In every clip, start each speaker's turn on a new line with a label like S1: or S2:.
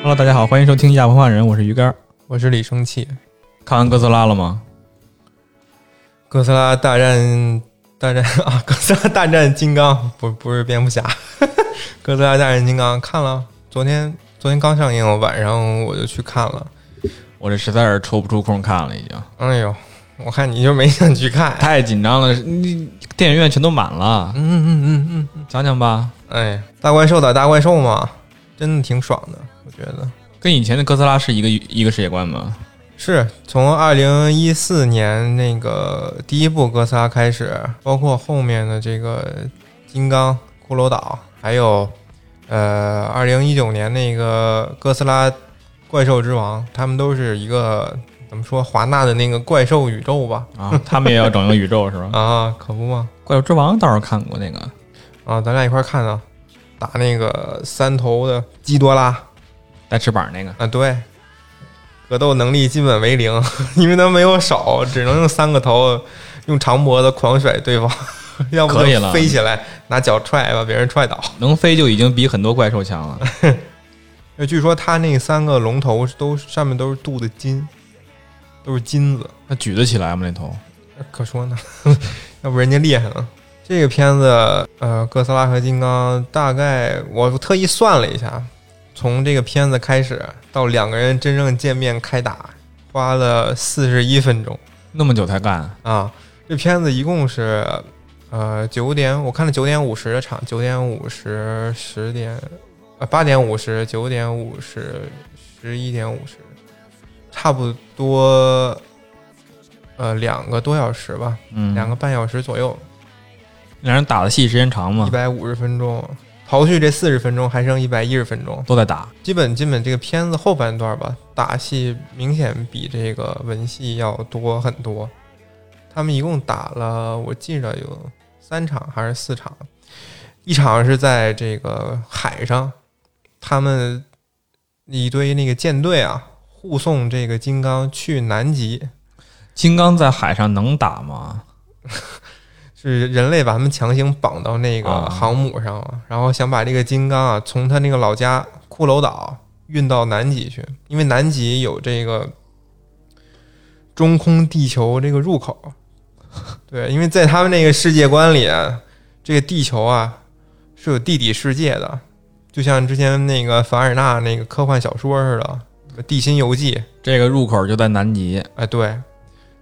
S1: Hello，大家好，欢迎收听亚文化人，我是鱼竿儿。
S2: 我是李生气。
S1: 看完哥斯拉了吗？
S2: 哥斯拉大战大战 啊，哥斯拉大战金刚，不不是蝙蝠侠， 哥斯拉大战金刚看了，昨天昨天刚上映，我晚上我就去看了。
S1: 我这实在是抽不出空看了，已经
S2: 哎呦，我看你就没想去看。
S1: 太紧张了。你电影院全都满了，
S2: 嗯嗯嗯嗯，
S1: 讲讲吧，
S2: 哎，大怪兽打大怪兽嘛，真的挺爽的，我觉得。
S1: 跟以前的哥斯拉是一个一个世界观吗？
S2: 是从二零一四年那个第一部哥斯拉开始，包括后面的这个金刚、骷髅岛，还有呃二零一九年那个哥斯拉怪兽之王，他们都是一个怎么说华纳的那个怪兽宇宙吧？
S1: 啊，他们也要整一个宇宙是吧？
S2: 啊，可不嘛！
S1: 怪兽之王倒是看过那个，
S2: 啊，咱俩一块儿看的，打那个三头的基多拉。
S1: 带翅膀那个，
S2: 啊，对，格斗能力基本为零，因为他没有手，只能用三个头，用长脖子狂甩对方，要不
S1: 可以
S2: 就
S1: 了
S2: 飞起来拿脚踹把别人踹倒。
S1: 能飞就已经比很多怪兽强了。
S2: 那呃据说他那三个龙头都上面都是镀的金，都是金子，呃
S1: 那举得起来吗？那头？
S2: 可说呢， 要不人家厉害呢。这个片子，呃，哥斯拉和金刚大概我特意算了一下，从这个片子开始到两个人真正见面开打，花了四十一分钟。
S1: 那么久才干，
S2: 啊，这片子一共是呃九点，我看了九点五十的场，九点五十、十点，呃八点五十、九点五十、十一点五十，差不多呃两个多小时吧，
S1: 嗯，
S2: 两个半小时左右，
S1: 两人打的戏时间长吗
S2: 一？百五十分钟。刨去这四十分钟，还剩一百一十分钟，
S1: 都在打，
S2: 基本基本这个片子后半段吧，打戏明显比这个文戏要多很多。他们一共打了，我记着有三场还是四场，一场是在这个海上，他们一堆那个舰队啊，护送这个金刚去南极，
S1: 金刚在海上能打吗？
S2: 是人类把他们强行绑到那个
S1: 啊
S2: 航母上了，然后想把这个金刚啊从他那个老家骷髅岛运到南极去，因为南极有这个中空地球这个入口。 对，因为在他们那个世界观里啊，这个地球啊是有地底世界的，就像之前那个凡尔纳那个科幻小说似的，《地心游记》。
S1: 这个入口就在南极，
S2: 哎，对，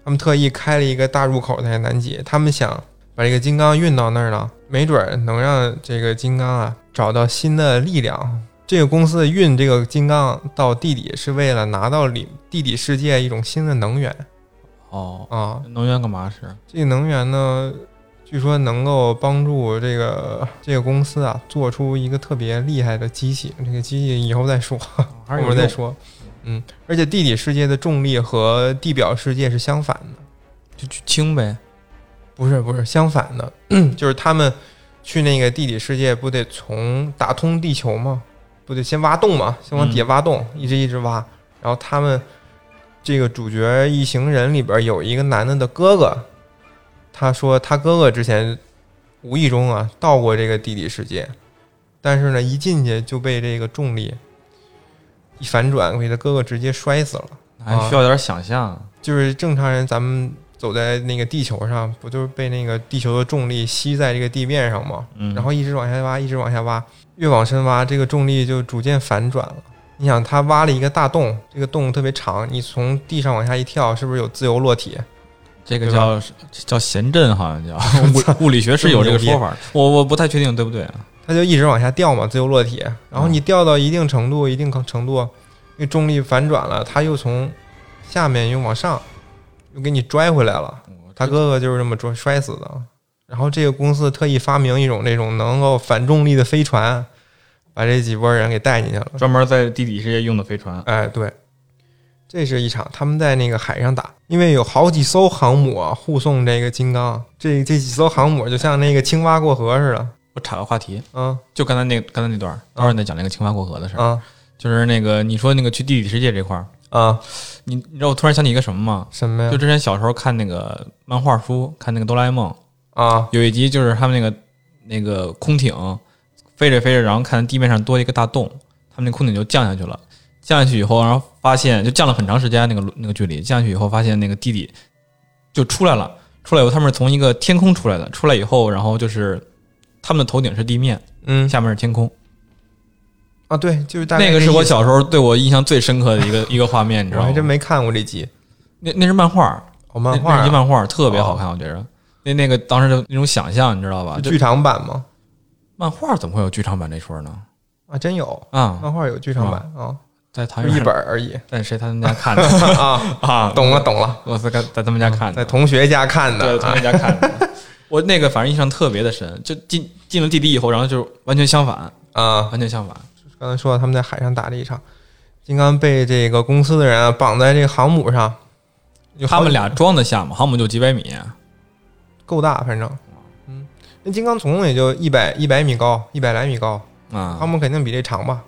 S2: 他们特意开了一个大入口在南极，他们想把这个金刚运到那儿呢，没准儿能让这个金刚啊找到新的力量。这个公司运这个金刚到地底是为了拿到里地底世界一种新的能源
S1: 哦，
S2: 啊，
S1: 能源干嘛使？
S2: 这个能源呢，据说能够帮助这个这个公司啊做出一个特别厉害的机器，这个机器 以后再说。
S1: 还是
S2: 我
S1: 有
S2: 们再
S1: 用
S2: 说。嗯，而且地底世界的重力和地表世界是相反的，
S1: 就就轻呗。
S2: 不是不是相反的， 就是他们去那个地底世界不得从打通地球吗？不得先挖洞吗？先往底下挖洞，一直一直挖。然后他们这个主角一行人里边有一个男的的哥哥，他说他哥哥之前无意中啊到过这个地底世界，但是呢一进去就被这个重力一反转，给他哥哥直接摔死了。
S1: 还需要点想象。
S2: 就是正常人，咱们走在那个地球上，不就是被那个地球的重力吸在这个地面上吗？
S1: 嗯，
S2: 然后一直往下挖，一直往下挖，越往深挖，这个重力就逐渐反转了。你想，他挖了一个大洞，这个洞特别长，你从地上往下一跳，是不是有自由落体？
S1: 这个
S2: 对
S1: 叫叫弦振，好 像叫物物理学是有这个说法，我我不太确定对不对啊？
S2: 它就一直往下掉嘛，自由落体。然后你掉到一定程度，一定程度，那重力反转了，它又从下面又往上，又给你拽回来了。他哥哥就是这么摔摔死的。然后这个公司特意发明一种那种能够反重力的飞船，把这几拨人给带进去了。
S1: 专门在地底世界用的飞船，
S2: 哎，对，这是一场他们在那个海上打，因为有好几艘航母啊护送这个金刚，这这几艘航母就像那个青蛙过河似的。
S1: 我岔个话题，
S2: 嗯
S1: 就刚才那刚才那段，待会儿你再讲那个青蛙过河的事儿，
S2: 啊
S1: 就是那个你说那个去地底世界这块儿，
S2: 啊！
S1: 你你知道我突然想起一个什么吗？
S2: 什么
S1: 就
S2: 呀？
S1: 之前小时候看那个漫画书，看那个哆啦 A 梦，
S2: 啊
S1: 有一集就是他们那个那个空艇飞着飞着，然后看地面上多一个大洞，他们那空艇就降下去了。降下去以后，然后发现就降了很长时间那个路那个距离，降下去以后发现那个地底就出来了，出来以后他们是从一个天空出来的，出来以后，然后就是他们的头顶是地面，
S2: 嗯
S1: 下面是天空，
S2: 啊，对，就是大概
S1: 那个是
S2: 这意
S1: 我
S2: 思
S1: 小时候对我印象最深刻的一个 一个画面，你知
S2: 我
S1: 道
S2: 还真
S1: 吗？
S2: 没看过这集，
S1: 那那是漫画，
S2: 哦，漫画
S1: 那
S2: 啊哦
S1: 那是漫画特别好看，我觉着那那个当时就那种想象，你知道吧？
S2: 是
S1: 就
S2: 啊剧场版吗？
S1: 漫画怎么会有剧场版这说呢？
S2: 啊，真有
S1: 啊，
S2: 漫画有剧场版啊，
S1: 在他
S2: 就一本，儿 而已
S1: 在谁他们家看的
S2: 啊，
S1: 啊？
S2: 懂了懂了，
S1: 我在在他们家看的
S2: 在，同学家看
S1: 对，
S2: 的
S1: 同
S2: 啊，
S1: 学家看的。我那个反正印象特别的深，就进进了地底以后，然后就完全相反，
S2: 啊，
S1: 完全相反。
S2: 刚才说到他们在海上打了一场，金刚被这个公司的人啊绑在这个航母上，有好
S1: 他们俩装得下吗？航母就几百米，啊
S2: 够大，反正，嗯，那金刚总共也就一百一百米高，一百来米高，
S1: 啊
S2: 航，母肯定比这长吧，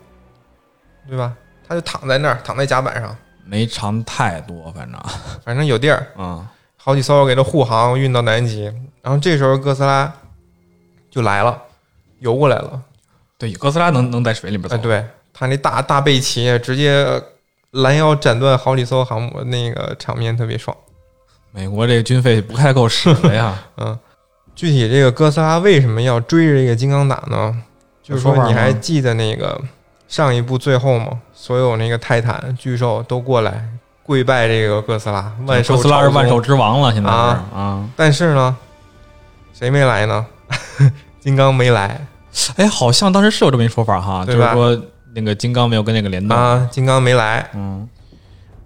S2: 对吧？他就躺在那儿，躺在甲板上，
S1: 没长太多，反正
S2: 反正有地儿，
S1: 啊，
S2: 好几艘给他护航运到南极，然后这时候哥斯拉就来了，游过来了，
S1: 对，哥斯拉能能在水里边
S2: 哎，
S1: 走，
S2: 对他那大大背鳍直接拦腰斩断好几艘航母，那个场面特别爽。
S1: 美国这个军费不太够使的呀。
S2: 嗯，具体这个哥斯拉为什么要追着这个金刚打呢？就是
S1: 有说
S2: 说
S1: 法
S2: 你还
S1: 吗
S2: 记得那个上一部最后吗？所有那个泰坦巨兽都过来跪拜这个哥斯拉， 万兽
S1: 哥斯拉是
S2: 朝
S1: 万兽
S2: 宗。
S1: 之王了，现在是
S2: 啊
S1: 啊。
S2: 但是呢，谁没来呢？ 金刚没来
S1: 哎，好像当时是有这么一说法哈，就
S2: 对
S1: 是
S2: 吧
S1: 说那个金刚没有跟那个联动，
S2: 啊，金刚没来。
S1: 嗯，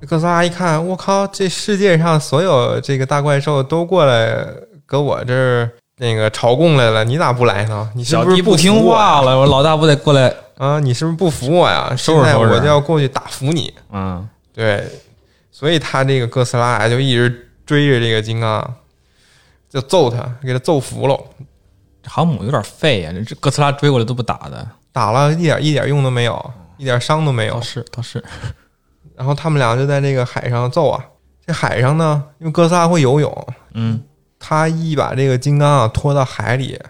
S2: 哥斯拉一看，我靠，这世界上所有这个大怪兽都过来搁我这儿那个朝贡来了，你咋不来呢？你是
S1: 小
S2: 不
S1: 弟
S2: 是
S1: 不
S2: 服啊
S1: 听
S2: 我呀
S1: 话了，我老大不得过来，
S2: 啊，你是不是不服我呀？
S1: 收拾
S2: 现在
S1: 收拾
S2: 我就要过去打服你。
S1: 嗯，
S2: 对，所以他这个哥斯拉啊就一直追着这个金刚啊，就揍他，给他揍服了，
S1: 这航母有点废呀，这哥斯拉追过来都不打的，
S2: 打了一点一点用都没有，一点伤都没有
S1: 倒。是倒是，
S2: 然后他们俩就在这个海上揍啊。这海上呢，因为哥斯拉会游泳，
S1: 嗯，
S2: 他一把这个金刚啊拖到海里，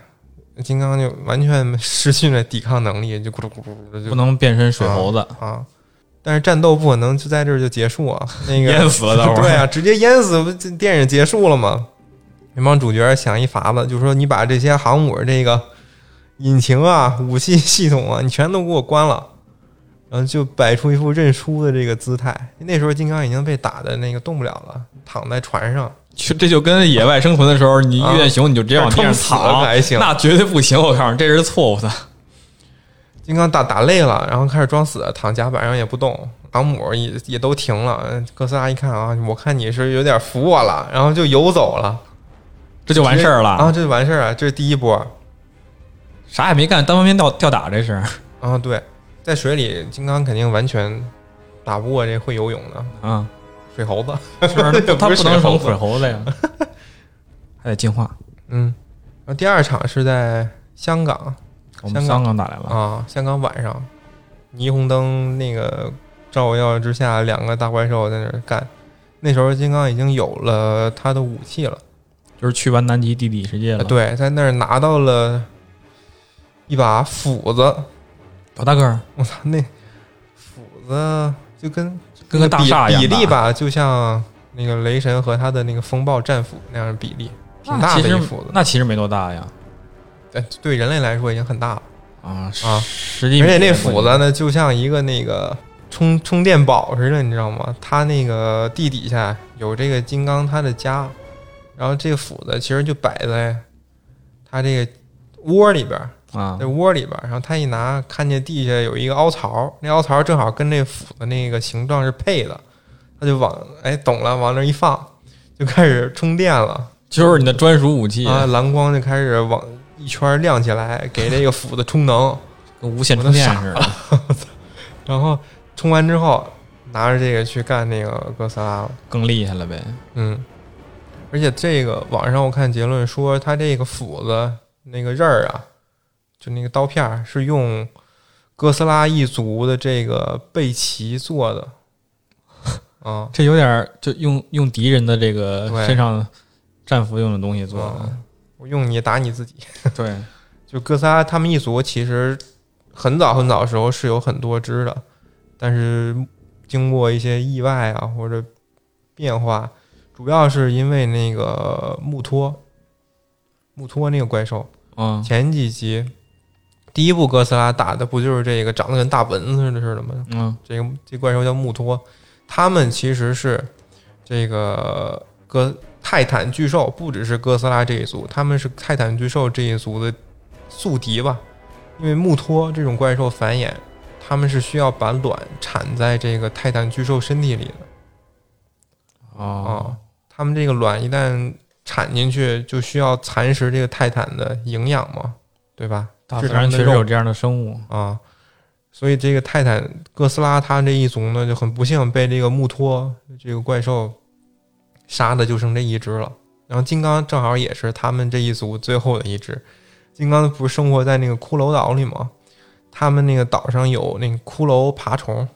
S2: 金刚就完全失去了抵抗能力，就咕噜咕噜咕噜就
S1: 不能变身水猴子，
S2: 嗯啊。但是战斗不可能就在这儿就结束啊，那 个
S1: 淹死了，待会儿
S2: 对，啊，直接淹死不这电影结束了吗？那帮主角想一法子，就说你把这些航母这个引擎啊、武器系统啊，你全都给我关了，然后就摆出一副认输的这个姿态。那时候金刚已经被打的那个动不了了，躺在船上，
S1: 就这就跟野外生存的时候，你
S2: 啊
S1: 遇见熊你就直接往地上
S2: 冲死了可
S1: 躺，
S2: 还行。
S1: 那绝对不行，我告诉你，这是错误的。
S2: 金刚打打累了，然后开始装死，躺甲板上也不动，航母也也都停了。哥斯拉一看啊，我看你是有点服我了，然后就游走了，
S1: 这就完事儿了，
S2: 啊，这就完事儿了，这是第一波。
S1: 啥也没干，单方面吊吊打这是
S2: 啊，对，在水里，金刚肯定完全打不过这会游泳的
S1: 啊，
S2: 水猴子。
S1: 是不是
S2: 不
S1: 他
S2: 是
S1: 不能
S2: 水猴
S1: 成
S2: 子
S1: 水猴子呀， 还得进化。
S2: 嗯，然后第二场是在香港
S1: 我们
S2: 香
S1: 香港打来了，
S2: 啊，香港晚上，霓虹灯那个照耀之下，两个大怪兽在那儿干。那时候金刚已经有了他的武器了，
S1: 就是去完南极地底世界
S2: 啊
S1: 了。，
S2: 对，在那儿拿到了一把斧子，
S1: 老大个儿
S2: 我操，那斧子就跟
S1: 跟个大厦一样
S2: 比比例
S1: 大，
S2: 吧，就像那个雷神和他的那个风暴战斧那样的比例，挺大
S1: 那
S2: 的
S1: 其
S2: 一
S1: 实
S2: 斧子，
S1: 那其实没多大呀，
S2: 对对人类来说已经很大了。
S1: 啊
S2: 啊
S1: 十几
S2: 而
S1: 米。
S2: 且那斧子呢，就像一个那个充充电宝似的，你知道吗？它那个地底下有这个金刚他的家，然后这个斧子其实就摆在他这个窝里边儿，
S1: 啊
S2: 在窝里边儿。然后他一拿，看见地下有一个凹槽，那凹槽正好跟那斧子那个形状是配的，他就往哎懂了，往那儿一放，就开始充电了
S1: 就是你的专属武器，
S2: 啊，蓝光就开始往一圈儿亮起来，给这个斧子充能。
S1: 跟无线充电似的。
S2: 然后充完之后，拿着这个去干那个哥斯拉了。
S1: 更厉害了呗。
S2: 嗯，而且这个网上我看结论说，他这个斧子那个刃儿啊，就那个刀片儿是用哥斯拉一族的这个背鳍做的。啊，
S1: 这有点儿就用用敌人的这个
S2: 对
S1: 身上战俘用的东西做
S2: 嗯
S1: 的，
S2: 我用你打你自己。
S1: 对，
S2: 就哥斯拉他们一族其实很早很早的时候是有很多只的，但是经过一些意外啊或者变化，主要是因为那个木托，木托那个怪兽，
S1: 嗯，
S2: 前几集第一部哥斯拉打的不就是这个长得跟大蚊子似的似的吗？
S1: 嗯
S2: 这个这怪兽叫木托，他们其实是这个哥泰坦巨兽，不只是哥斯拉这一族，他们是泰坦巨兽这一族的宿敌吧？因为木托这种怪兽繁衍，他们是需要把卵产在这个泰坦巨兽身体里的。
S1: 哦
S2: 啊，他们这个卵一旦产进去，就需要蚕食这个泰坦的营养嘛，对吧？
S1: 大
S2: 制
S1: 自
S2: 成的
S1: 然确实
S2: 肉
S1: 有这样的生物，
S2: 啊，所以这个泰坦哥斯拉他这一族呢，就很不幸被这个木托这个怪兽杀的就剩这一只了。然后金刚正好也是他们这一族最后的一只。金刚不是生活在那个骷髅岛里吗？他们那个岛上有那个骷髅爬虫，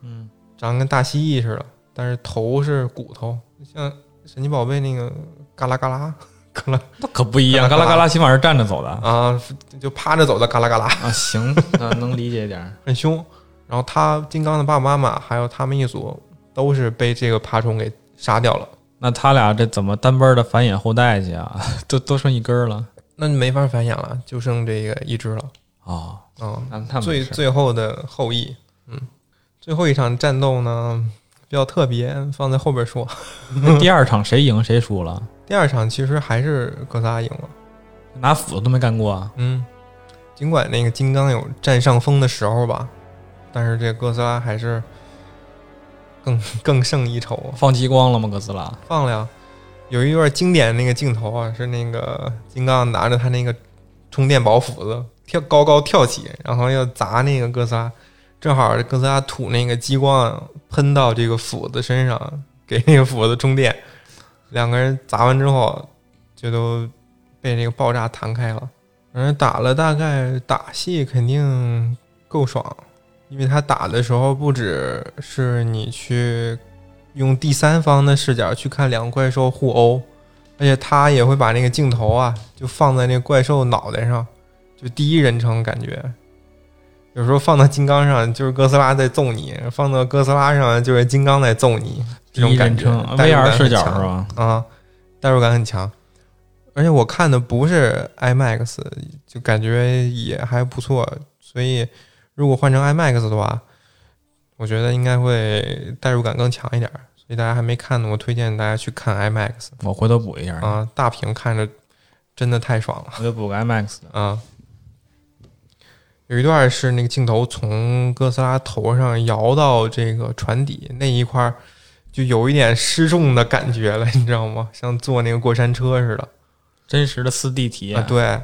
S1: 嗯，
S2: 长得跟大蜥蜴似的，但是头是骨头，像神奇宝贝那个嘎啦嘎啦 嘎啦
S1: 那可不一样，嘎
S2: 嘎啦
S1: 啦
S2: 嘎
S1: 嘎啦起码是站着 走的
S2: 啊，就趴着走的嘎啦嘎啦。
S1: 啊，行，那能理解一点儿，
S2: 很凶。然后他金刚的爸爸妈妈还有他们一族都是被这个爬虫给杀掉了，
S1: 那他俩这怎么单班的繁衍后代去啊？ 都都剩一根儿了
S2: 那你没法繁衍了，就剩这个一只了
S1: 啊、哦，
S2: 啊、
S1: 那他们
S2: 最
S1: 没事儿
S2: 最后的后裔，嗯，最后一场战斗呢比较特别，放在后边说。
S1: 那第二场谁赢谁输了？
S2: 第二场其实还是哥斯拉赢了，
S1: 拿斧子都没干过啊！
S2: 嗯，尽管那个金刚有占上风的时候吧，但是这个哥斯拉还是更更胜一筹啊。
S1: 放激光了吗？哥斯拉？
S2: 放了呀。有一段经典那个镜头啊，是那个金刚拿着他那个充电宝斧子跳高高跳起，然后要砸那个哥斯拉，正好哥斯拉吐那个激光啊喷到这个斧子身上，给那个斧子充电。两个人砸完之后，就都被那个爆炸弹开了。反正打了大概打戏肯定够爽，因为他打的时候不只是你去用第三方的视角去看两个怪兽互殴，而且他也会把那个镜头啊，就放在那个怪兽脑袋上，就第一人称感觉。有时候放到金刚上就是哥斯拉在揍你，放到哥斯拉上就是呃金刚在揍你，这
S1: 第
S2: 种
S1: 一
S2: 感
S1: 人
S2: 觉
S1: 称
S2: 代入感
S1: ，VR
S2: 很
S1: 视角
S2: 强
S1: 是吧？
S2: 啊，代入感很强。而且我看的不是 IMAX，就感觉也还不错。所以如果换成 IMAX 的话，我觉得应该会代入感更强一点儿。所以大家还没看的，我推荐大家去看 IMAX
S1: 我回头补一下，
S2: 啊，大屏看着真的太爽了。
S1: 我就补个 IMAX 的。
S2: 啊，有一段是那个镜头从哥斯拉头上摇到这个船底那一块儿，就有一点失重的感觉了，你知道吗？像坐那个过山车似的。
S1: 真实的四 D 体验。
S2: 啊，对，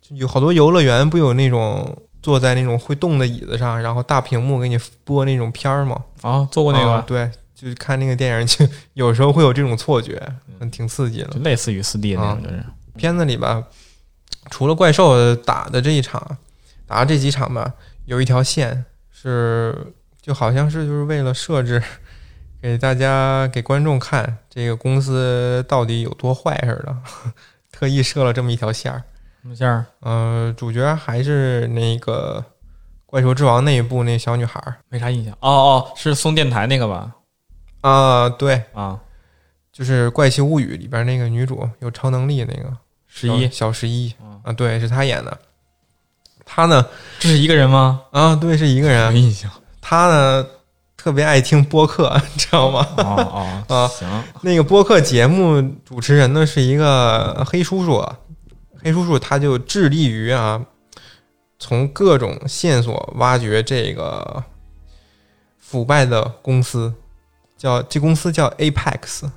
S2: 就有好多游乐园不有那种坐在那种会动的椅子上，然后大屏幕给你播那种片儿吗？
S1: 啊，做过那
S2: 啊
S1: 个，
S2: 对，就是看那个电影，就 有时候会有这种错觉，嗯挺刺激的。
S1: 就类似于四 D 的那种，就是
S2: 片子里吧，除了怪兽打的这一场，打的这几场吧，有一条线是就好像是就是为了设置 给大家给观众看这个公司到底有多坏似的， 特意设了这么一条线儿。
S1: 什么馅儿？
S2: 呃，主角还是那个《怪兽之王》那一部那小女孩儿
S1: 没啥印象。哦哦，是送电台那个吧？
S2: 啊，对，
S1: 啊，
S2: 就是《怪奇物语》里边那个女主有超能力那个
S1: 十一，
S2: 小十一
S1: 嗯
S2: 啊，对，是她演的。她呢
S1: 这是一个人吗？
S2: 啊，对，是一个人。
S1: 没印象。
S2: 他呢特别爱听播客， 你知道吗？
S1: 哦
S2: 啊
S1: 哦，行，
S2: 那个播客节目主持人呢是一个黑叔叔，黑叔叔他就致力于啊，从各种线索挖掘这个腐败的公司，叫这公司叫 Apex，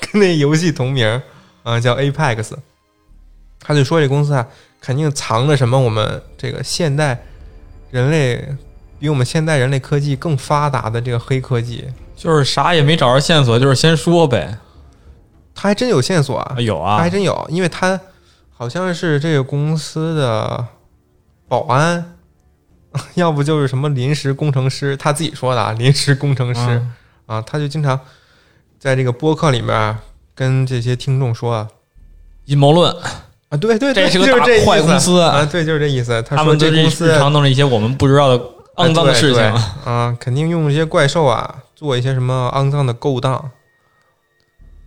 S2: 跟那游戏同名儿啊，叫 Apex。他就说这公司啊，肯定藏着什么我们这个现代人类比我们现代人类科技更发达的这个黑科技。
S1: 就是啥也没找着线索，就是先说呗。
S2: 他还真有线索啊
S1: 啊，有
S2: 他
S1: 啊
S2: 还，真有，因为他好像是这个公司的保安， 要不就是什么临时工程师，他自己说的啊，临时工程师、
S1: 嗯
S2: 啊，他就经常在这个播客里面啊跟这些听众说啊，
S1: 阴谋论，
S2: 啊对对对，
S1: 这是个
S2: 就是
S1: 大
S2: 这意思
S1: 坏公司
S2: 啊啊，对，就是这意思。
S1: 他
S2: 说
S1: 们
S2: 这
S1: 都是
S2: 公
S1: 日
S2: 司
S1: 常弄了一些我们不知道的肮脏的事情
S2: 哎对对啊，肯定用这些怪兽啊做一些什么肮脏的勾当。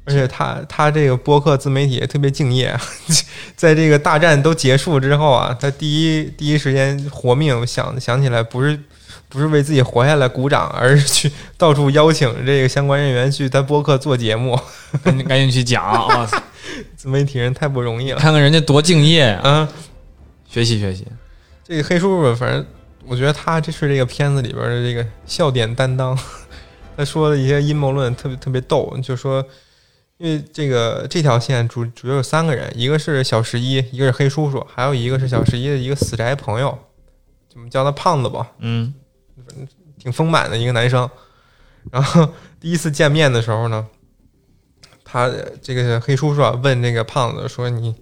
S2: 而且他他这个播客自媒体也特别敬业， 在这个大战都结束之后啊，他第一第一时间活命想想起来，不是不是为自己活下来鼓掌，而是去到处邀请这个相关人员去他播客做节目。
S1: 赶紧赶紧去讲 啊！
S2: 自媒体人太不容易了
S1: 看看人家多敬业啊，
S2: 啊！
S1: 学习学习。
S2: 这个黑叔叔，反正我觉得他这是这个片子里边的这个笑点担当。 他说的一些阴谋论特别特别逗，就说因为这个这条线主主要有三个人，一个是小十一，一个是黑叔叔，还有一个是小十一的一个死宅朋友，我们叫他胖子吧，
S1: 嗯，
S2: 挺丰满的一个男生。然后 第一次见面的时候呢，他这个黑叔叔啊问这个胖子说你：“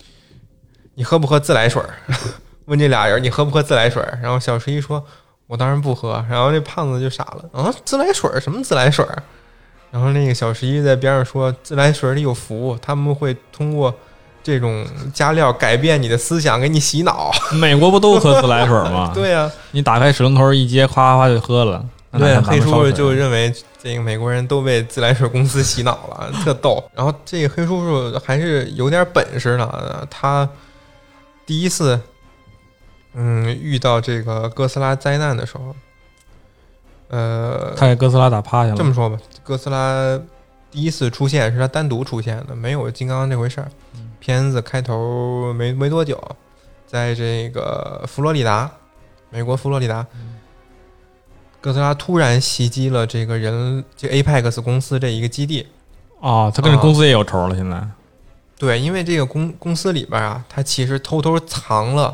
S2: 你喝不喝自来水儿？” 问这俩人：“你喝不喝自来水儿？”然后小十一说：“我当然不喝。”然后这胖子就傻了：“啊，自来水儿什么自来水儿？”然后那个小十一在边上说：“自来水儿里有服务，他们会通过这种加料改变你的思想，给你洗脑。 ？，
S1: 美国不都喝自来水吗
S2: 对呀、
S1: 你打开水龙头一接，夸夸就喝了。那哪
S2: 对，
S1: 像咱
S2: 黑
S1: 们烧
S2: 叔叔
S1: 水
S2: 就认为这个美国人都被自来水公司洗脑了，特逗。然后这个黑叔叔还是有点本事呢，他第一次嗯遇到这个哥斯拉灾难的时候，呃，
S1: 他给哥斯拉打趴下了。
S2: 这么说吧，哥斯拉第一次出现是他单独出现的，没有金刚这回事儿
S1: 嗯。
S2: 片子开头没没多久，在这个佛罗里达，美国佛罗里达，
S1: 嗯
S2: 哥斯拉突然袭击了这个人这 Apex 公司这一个基地。
S1: 哦，他跟这公司也有仇了，现在。
S2: 对，因为这个公公司里边啊，他其实偷偷藏了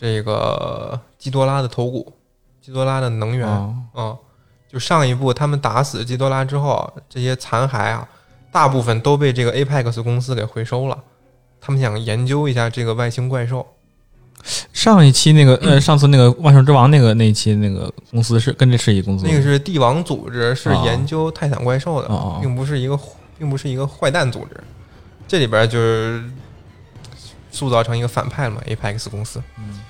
S2: 这个基多拉的头骨，基多拉的能源。
S1: 哦，
S2: 嗯，就上一部他们打死基多拉之后，这些残骸啊，大部分都被这个 Apex 公司给回收了。他们想研究一下这个外星怪兽，
S1: 上一期那个呃，上次那个《万兽之王》那个那一期那个公司是跟这是一公司吗，
S2: 那个是帝王组织，是
S1: 哦
S2: 研究泰坦怪兽的，
S1: 哦哦
S2: 并不是一个并不是一个坏蛋组织。这里边就是塑造成一个反派嘛，Apex 公司。
S1: 嗯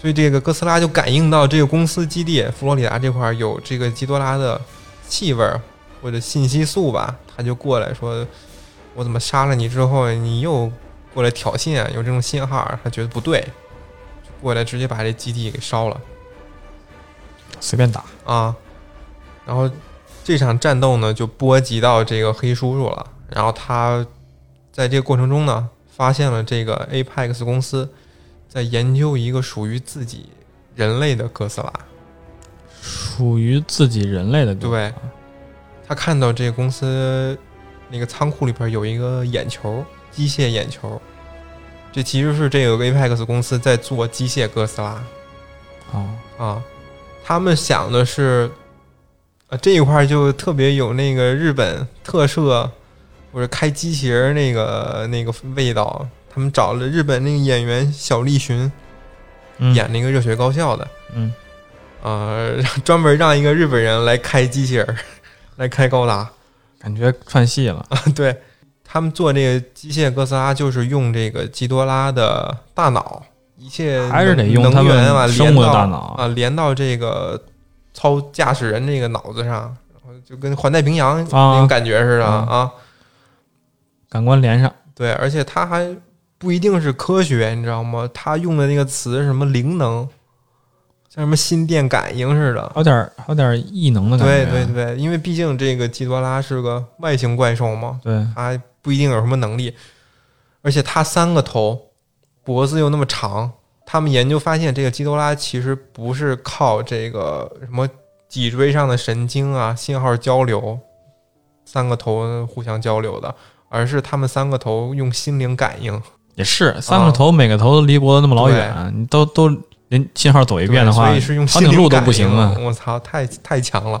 S2: 所以这个哥斯拉就感应到这个公司基地佛罗里达这块儿有这个基多拉的气味儿或者信息素吧，他就过来说：“我怎么杀了你之后，你又过来挑衅啊？有这种信号儿，他觉得不对，就过来直接把这基地给烧了
S1: 随便打。
S2: 啊。”然后这场战斗呢，就波及到这个黑叔叔了。然后他在这个过程中呢，发现了这个 Apex 公司在研究一个属于自己人类的哥斯拉。
S1: 属于自己人类的哥斯拉
S2: 对，他看到这个公司那个仓库里边有一个眼球，机械眼球，这其实是这个 Apex 公司在做机械哥斯拉
S1: 哦，
S2: 啊。他们想的是，呃，这一块儿就特别有那个日本特摄或者开机器人儿那个那个味道。他们找了日本那个演员小栗旬
S1: 嗯
S2: 演那个《热血高校》的，
S1: 嗯，
S2: 呃，让专门让一个日本人来开机器人儿，来开高达。
S1: 感觉串戏了。
S2: 对他们做这个机械哥斯拉，就是用这个基多拉的大脑，一切
S1: 还是得
S2: 呃能
S1: 用他
S2: 能
S1: 们
S2: 源啊，
S1: 生
S2: 连
S1: 物
S2: 到
S1: 的大脑。
S2: 啊，连到这个操驾驶人这个脑子上，然后就跟环太平洋那种感觉似的
S1: 啊
S2: 啊。
S1: 感官连上，
S2: 对，而且它还不一定是科学，你知道吗？它用的那个词是什么灵能，像什么心电感应似的。
S1: 还有点儿还有点儿异能的啊感
S2: 对
S1: 觉。
S2: 对对，因为毕竟这个基多拉是个外星怪兽嘛，
S1: 对
S2: 他不一定有什么能力，而且他三个头，脖子又那么长。他们研究发现，这个基多拉其实不是靠这个什么脊椎上的神经啊信号交流，三个头互相交流的，而是他们三个头用心灵感应。
S1: 也是三
S2: 哦
S1: 个头，每个头都离脖子那么老远，你都都连信号走一遍的话
S2: 对所以，是用
S1: 长
S2: 心
S1: 颈
S2: 灵
S1: 鹿都
S2: 感
S1: 不行
S2: 应
S1: 啊。
S2: 我操，太太强了，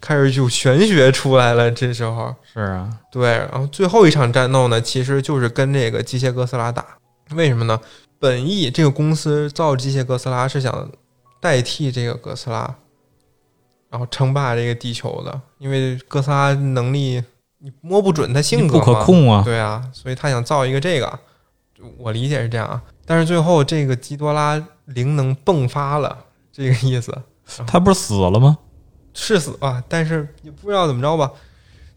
S2: 开始就玄学出来了。这时候，
S1: 是啊，
S2: 对，然后最后一场战斗呢，其实就是跟这个机械哥斯拉打。为什么呢？本意这个公司造机械哥斯拉是想代替这个哥斯拉，然后称霸这个地球的，因为哥斯拉能力你摸不准他性
S1: 不
S2: 格嘛，
S1: 可控啊。
S2: 对啊，所以他想造一个这个，我理解是这样啊。但是最后这个基多拉灵能迸发了，这个意思，
S1: 他不是死了吗？
S2: 是死吧，但是也不知道怎么着吧。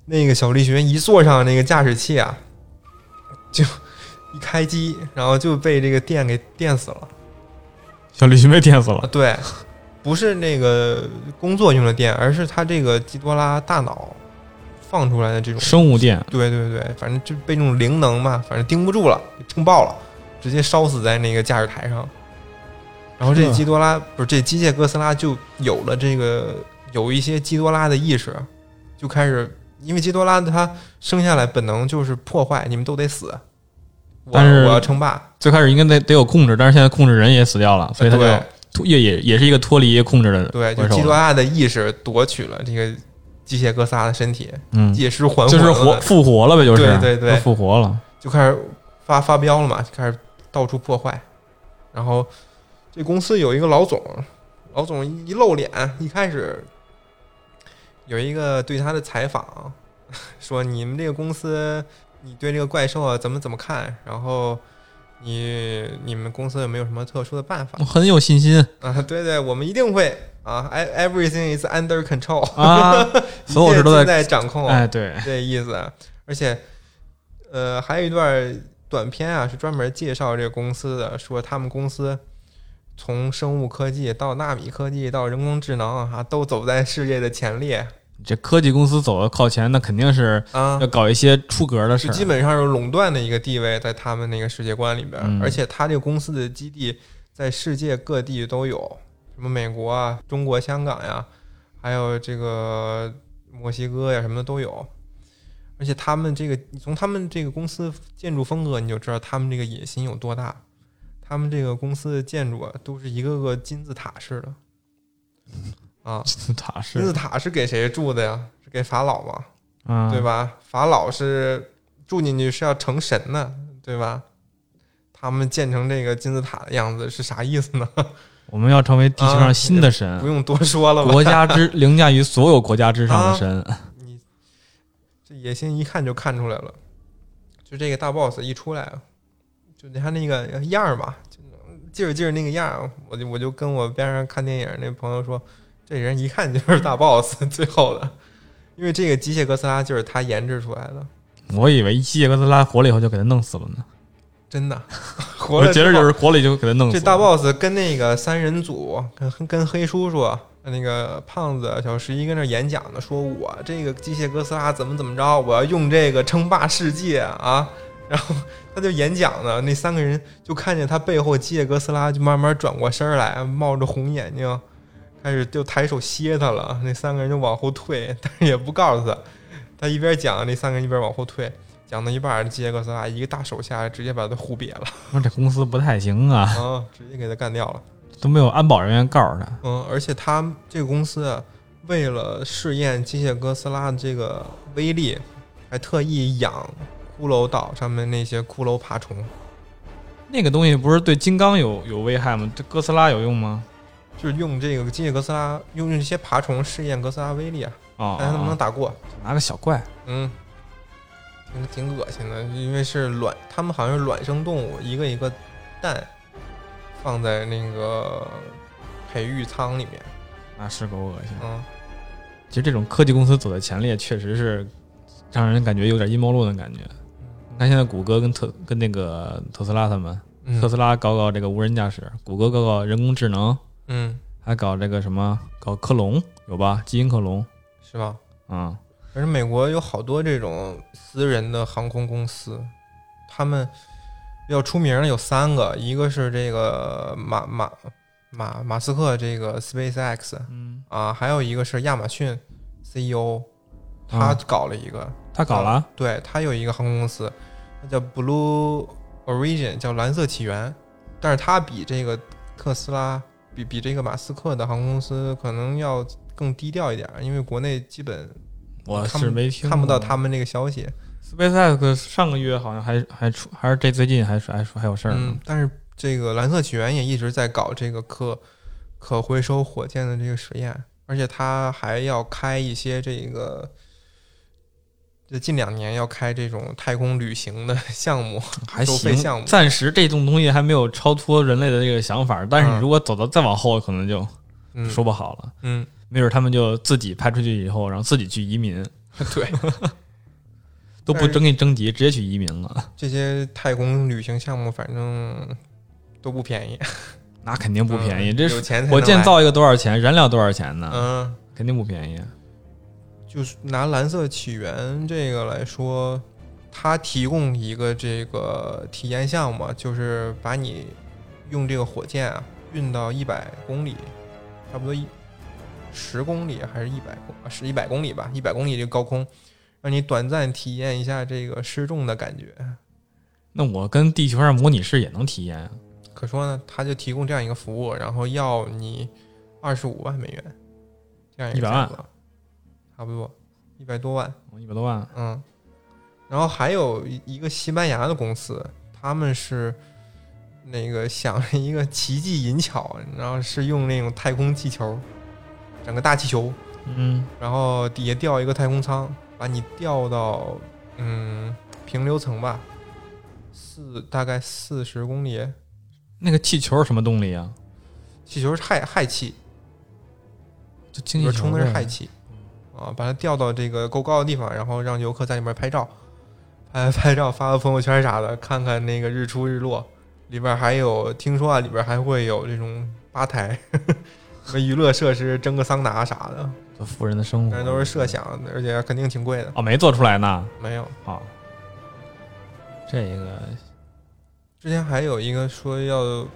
S2: 那个小栗旬一坐上那个驾驶器啊，就一开机，然后就被这个电给电死了。
S1: 小李群被电死
S2: 啊，
S1: 了，
S2: 对，不是那个工作用的电，而是它这个基多拉大脑放出来的这种。
S1: 生物电，
S2: 对对对，反正就被这种灵能嘛，反正盯不住了，给撑爆了，直接烧死在那个驾驶台上。然后这
S1: 是啊
S2: 基多拉不是这机械哥斯拉就有了这个有一些基多拉的意识，就开始因为基多拉他生下来本能就是破坏，你们都得死，我
S1: 但是
S2: 我要称霸，
S1: 最开始应该得得有控制，但是现在控制人也死掉了，所以他就
S2: 对
S1: 脱也也也是一个脱离控制的
S2: 对，就
S1: 怪
S2: 基
S1: 兽
S2: 多
S1: 了。
S2: 拉的意识夺取了这个机械哥斯拉的身体，
S1: 嗯，
S2: 借尸还
S1: 就是
S2: 了
S1: 活复活了呗，就是
S2: 对对对
S1: 他复活了。
S2: 就开始发发飙了嘛，就开始到处破坏。然后这公司有一个老总，老总一露脸，一开始有一个对他的采访， 说你们这个公司，你对这个怪兽啊怎么怎么看？然后你你们公司有没有什么特殊的办法
S1: 我很有信心
S2: 啊？对对，我们一定会啊，e-，everything is under control，
S1: 啊，所有事都
S2: 一切
S1: 在
S2: 尽在掌控。
S1: 哎，对，
S2: 这意思。啊而且，呃，还有一段短片啊，是专门介绍这个公司的，说他们公司从生物科技到纳米科技到人工智能啊，都走在世界的前列
S1: 这科技公司走的靠前，那肯定是
S2: 啊
S1: 要，搞一些出格的事
S2: 就
S1: 儿。
S2: 基本上是垄断的一个地位在他们那个世界观里边。
S1: 嗯
S2: 而且，他这个公司的基地在世界各地都有，什么美国啊、中国香港呀、还有这个墨西哥呀什么的都有。而且他们这个，你从他们这个公司建筑风格，你就知道他们这个野心有多大。他们这个公司的建筑啊，都是一个个金字塔式的。啊，
S1: 塔
S2: 金字
S1: 是，
S2: 塔是给谁住的呀？是给法老吗？
S1: 嗯，
S2: 对？吧？法老是住进去是要成神的，对吧？他们建成这个金字塔的样子是啥意思呢？
S1: 我们要成为地球上新的神，
S2: 不用多说了吧？
S1: 国家之凌驾于所有国家之上的神。
S2: 你这野心一看就看出来了，就这个大 boss 一出来，就他那个样儿吧，就劲儿劲儿那个样儿，我就我就跟我边上看电影那朋友说，这人一看就是大 boss 最后的，因为这个机械哥斯拉就是他研制出来的，
S1: 我以为一吸哥斯拉活了以后就给他弄死了呢，
S2: 真的， 活
S1: 我
S2: 了
S1: 觉
S2: 之
S1: 得
S2: 后
S1: 就是活了就给他弄死
S2: 这
S1: 了。
S2: 大 boss 跟那个三人组，跟跟黑叔叔，那个胖子小十一跟那儿演讲呢，说我这个机械哥斯拉怎么怎么着，我要用这个称霸世界啊。然后他就演讲呢，那三个人就看见他背后机械哥斯拉就慢慢转过身儿来，冒着红眼睛，开始就抬手歇他了。那三个人就往后退，但是也不告诉他。他一边讲，那三个人一边往后退，讲到一半儿，机械哥斯拉一个大手下来直接把他互瘪了，
S1: 那这公司不太行啊，
S2: 啊，直接给他干掉了。
S1: 都没有安保人员告诉他。
S2: 嗯，而且他这个公司啊，为了试验机械哥斯拉的这个威力，还特意养骷髅岛上面那些骷髅爬虫，
S1: 那个东西不是对金刚有有危害吗？对哥斯拉有用吗？
S2: 就是用这个机械哥斯拉，用这些爬虫试验哥斯拉威力啊，
S1: 啊、
S2: 看他能不能打过。
S1: 拿个小怪？
S2: 嗯，挺挺恶心的，因为是卵，他们好像是卵生动物，一个一个蛋放在那个培育舱里面。
S1: 那是够恶心的。
S2: 嗯，
S1: 其实这种科技公司走在前列，确实是让人感觉有点阴谋论的感觉。你看现在谷歌跟特跟那个特斯拉他们，
S2: 嗯
S1: 特斯拉搞搞这个无人驾驶，谷歌搞搞人工智能，
S2: 嗯，
S1: 还搞这个什么搞克隆有吧？基因克隆
S2: 是吧？
S1: 啊、
S2: 而且美国有好多这种私人的航空公司，他们要出名的有三个，一个是这个马马马马斯克这个 SpaceX
S1: 嗯，
S2: 啊，还有一个是亚马逊 CEO，他
S1: 啊
S2: 搞了一个，
S1: 他搞了啊
S2: 对他有一个航空公司，那叫 Blue Origin，叫蓝色起源，但是它比这个特斯拉，比比这个马斯克的航空公司可能要更低调一点，因为国内基本
S1: 我
S2: 看
S1: 是
S2: 不
S1: 没听
S2: 看不到
S1: 过
S2: 他们这个消息。
S1: SpaceX 上个月好像还还出，还是这最近还是还说还有事儿呢、
S2: 嗯，但是这个蓝色起源也一直在搞这个可可回收火箭的这个实验，而且它还要开一些这个，这近两年要开这种太空旅行的 项目，
S1: 还
S2: 收费项
S1: 行。
S2: 目
S1: 暂时这种东西还没有超脱人类的这个想法，但是你
S2: 嗯
S1: 如果走到再往后，可能就
S2: 嗯
S1: 说不好了，
S2: 嗯，
S1: 没准他们就自己派出去以后，然后自己去移民，
S2: 对，
S1: 都不
S2: 但是
S1: 征给你征集，直接去移民了，
S2: 这些太空旅行项目反正都不便宜，
S1: 那肯定不便宜。
S2: 嗯
S1: 这
S2: 有
S1: 是
S2: 钱才
S1: 我
S2: 能
S1: 建
S2: 来，
S1: 造一个多少钱，燃料多少钱呢？
S2: 嗯，
S1: 肯定不便宜。
S2: 就是拿蓝色起源这个来说，它提供一个这个体验项目，就是把你用这个火箭啊运到一百公里，差不多一十公里还是一百公啊是一百公里吧，一百公里这个高空，让你短暂体验一下这个失重的感觉。
S1: 那我跟地球上模拟市也能体验啊，
S2: 可说呢，它就提供这样一个服务，然后要你二十五万美元，这样一个
S1: 100万
S2: 价格，差不多一百多万。
S1: 一百多万。
S2: 嗯，然后还有一一个西班牙的公司，他们是那个想了一个奇技淫巧，然后是用那种太空气球，整个大气球，
S1: 嗯
S2: 然后底下吊一个太空舱，把你吊到嗯平流层吧，四大概四十公里，，
S1: 那个气球是什么动力啊？
S2: 气球是氦氦气，
S1: 就
S2: 里
S1: 氢气球
S2: 边充的是
S1: 呗
S2: 氦气，啊，把它吊到这个够高的地方，然后让游客在里面拍照，拍 拍照发个朋友圈啥的，看看那个日出日落。里边还有听说啊，里边还会有这种吧台， 什么娱乐设施，蒸个桑拿啥的，
S1: 就富人的生活，
S2: 但是都是设想的，而且肯定挺贵的。
S1: 哦，没做出来呢。
S2: 没有，
S1: 好，这一个
S2: 之前还有一个说要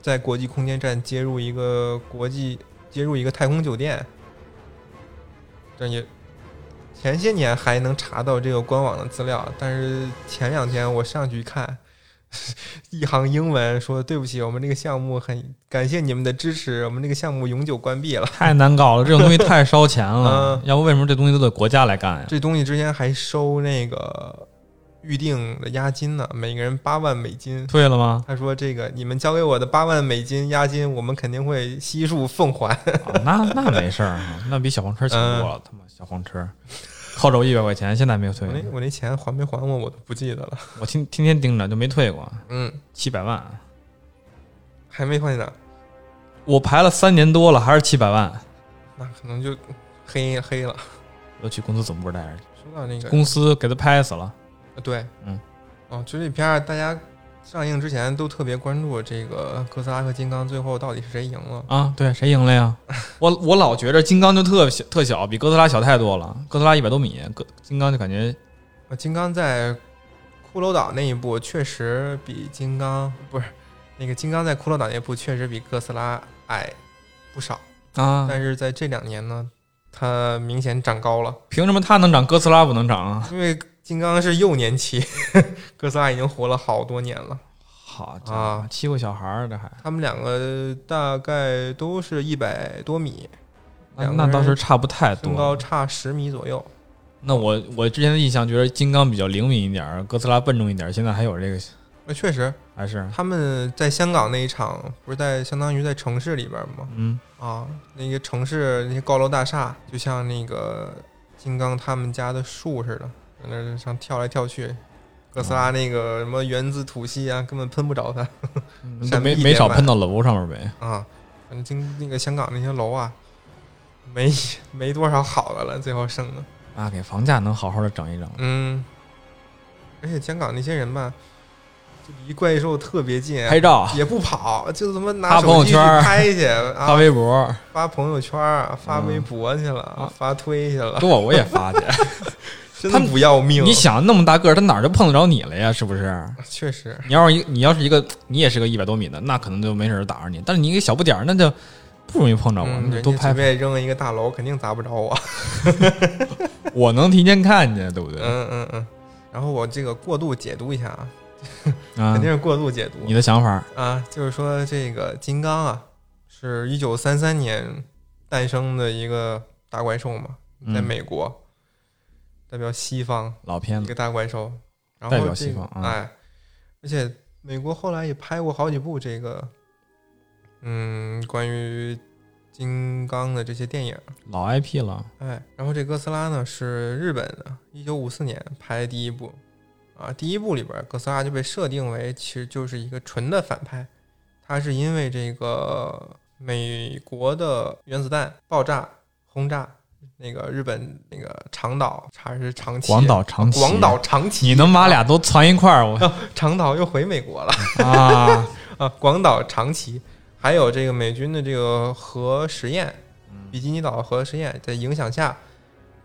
S2: 在国际空间站接入一个国际接入一个太空酒店，这也前些年还能查到这个官网的资料，但是前两天我上去一看， 一行英文说对不起，我们这个项目很感谢你们的支持，我们这个项目永久关闭了。
S1: 太难搞了，这种东西太烧钱了。
S2: 嗯
S1: 要不为什么这东西都得国家来干呀？
S2: 这东西之前还收那个预定的押金呢，每个人八万美金。？
S1: 退了吗
S2: 他说：“这个你们交给我的八万美金押金，我们肯定会悉数奉还。
S1: 啊那那没事儿，啊那比小黄车强多了。他妈小黄车，扣着我一百块钱，现在没有退
S2: 嗯我。那我那钱还没还我，我都不记得了。
S1: 我天天天盯着，就没退过
S2: 嗯，
S1: 七百万。
S2: 还没还呢，
S1: 我排了三年多了，还是七百万。
S2: 那可能就黑黑了。
S1: 我去公司总部待着，
S2: 说到那个，
S1: 公司给他拍死了。
S2: 呃对，
S1: 嗯，
S2: 哦，就这片儿，大家上映之前都特别关注这个哥斯拉和金刚最后到底是谁赢了。
S1: 啊，对，谁赢了呀？ 我我老觉着金刚就特小特小，比哥斯拉小太多了。哥斯拉一百多米，哥金刚就感觉
S2: 呃金刚在骷髅岛那一部确实比金刚不是那个金刚在骷髅岛那部确实比哥斯拉矮不少，
S1: 啊，
S2: 但是在这两年呢，它明显长高了。”
S1: 凭什么他能长，哥斯拉不能长啊？
S2: 因为金刚是幼年期， 哥斯拉已经活了好多年了。
S1: 好家伙
S2: 啊，
S1: 欺负小孩儿这还
S2: 他们两个大概都是一百多米，
S1: 那
S2: 两个
S1: 啊那
S2: 人
S1: 倒是差不太
S2: 身
S1: 多。
S2: 高差十米左右。
S1: 那我我之前的印象觉得金刚比较灵敏一点儿，哥斯拉笨重一点儿，现在还有这个
S2: 那确实，
S1: 还是
S2: 他们在香港那一场不是在相当于在城市里边吗？
S1: 嗯
S2: 啊，那个城市那些高楼大厦，就像那个金刚他们家的树似的，在那儿上跳来跳去。哥斯拉那个什么原子吐息啊，根本喷不着它
S1: 嗯
S2: 闪
S1: 没
S2: 避
S1: 没
S2: 点
S1: 少
S2: 吧
S1: 喷到楼上面呗。
S2: 啊。反正经那个香港那些楼啊，没没多少好的了，最后剩的。
S1: 啊，给房价能好好的整一整。
S2: 嗯，而且香港那些人吧，就离怪兽特别近，
S1: 拍照、
S2: 也不跑，就他妈拿
S1: 发朋友
S2: 手机去
S1: 圈儿
S2: 拍去
S1: 发
S2: 啊，
S1: 微 博，
S2: 发朋友圈儿啊，发
S1: 嗯
S2: 微博去了，
S1: 啊
S2: 发推去了
S1: 给，我我也发去。
S2: 真
S1: 他
S2: 的
S1: 们
S2: 不要命。啊
S1: 你想那么大个儿，他哪儿就碰得着你了呀？是不是？
S2: 确实，
S1: 你要是一你要是一个你也是个一百多米的，那可能就没人打着你。但是你一个小不点儿，那就不容易碰着我。
S2: 嗯，
S1: 你
S2: 人
S1: 多
S2: 家随
S1: 拍，
S2: 便扔了一个大楼，肯定砸不着我。
S1: 我能提前看见，对不对？
S2: 嗯嗯嗯。然后我这个过度解读一下啊，
S1: 啊
S2: 肯，定是过度解读。
S1: 你的想法，
S2: 啊，就是说这个金刚啊，是一九三三年诞生的一个大怪兽嘛，
S1: 嗯
S2: 在美国、代表西方
S1: 老片
S2: 一
S1: 子
S2: 个大怪兽，然后
S1: 代表
S2: 这
S1: 西方啊
S2: 哎，而且美国后来也拍过好几部这个，嗯，关于金刚的这些电影，
S1: 老 IP 了，
S2: 哎，然后这哥斯拉呢是日本的，一九五四年拍的第一部，啊，第一部里边哥斯拉就被设定为其实就是一个纯的反派，他是因为这个美国的原子弹爆炸轰炸那个日本那个长岛还是长崎？
S1: 广岛长崎，
S2: 广岛长崎，
S1: 你能把俩都攒一块儿， 我
S2: 啊长岛又回美国了
S1: 啊，
S2: 啊！广岛长崎，还有这个美军的这个核实验，
S1: 嗯
S2: 比基尼岛的核实验在影响下，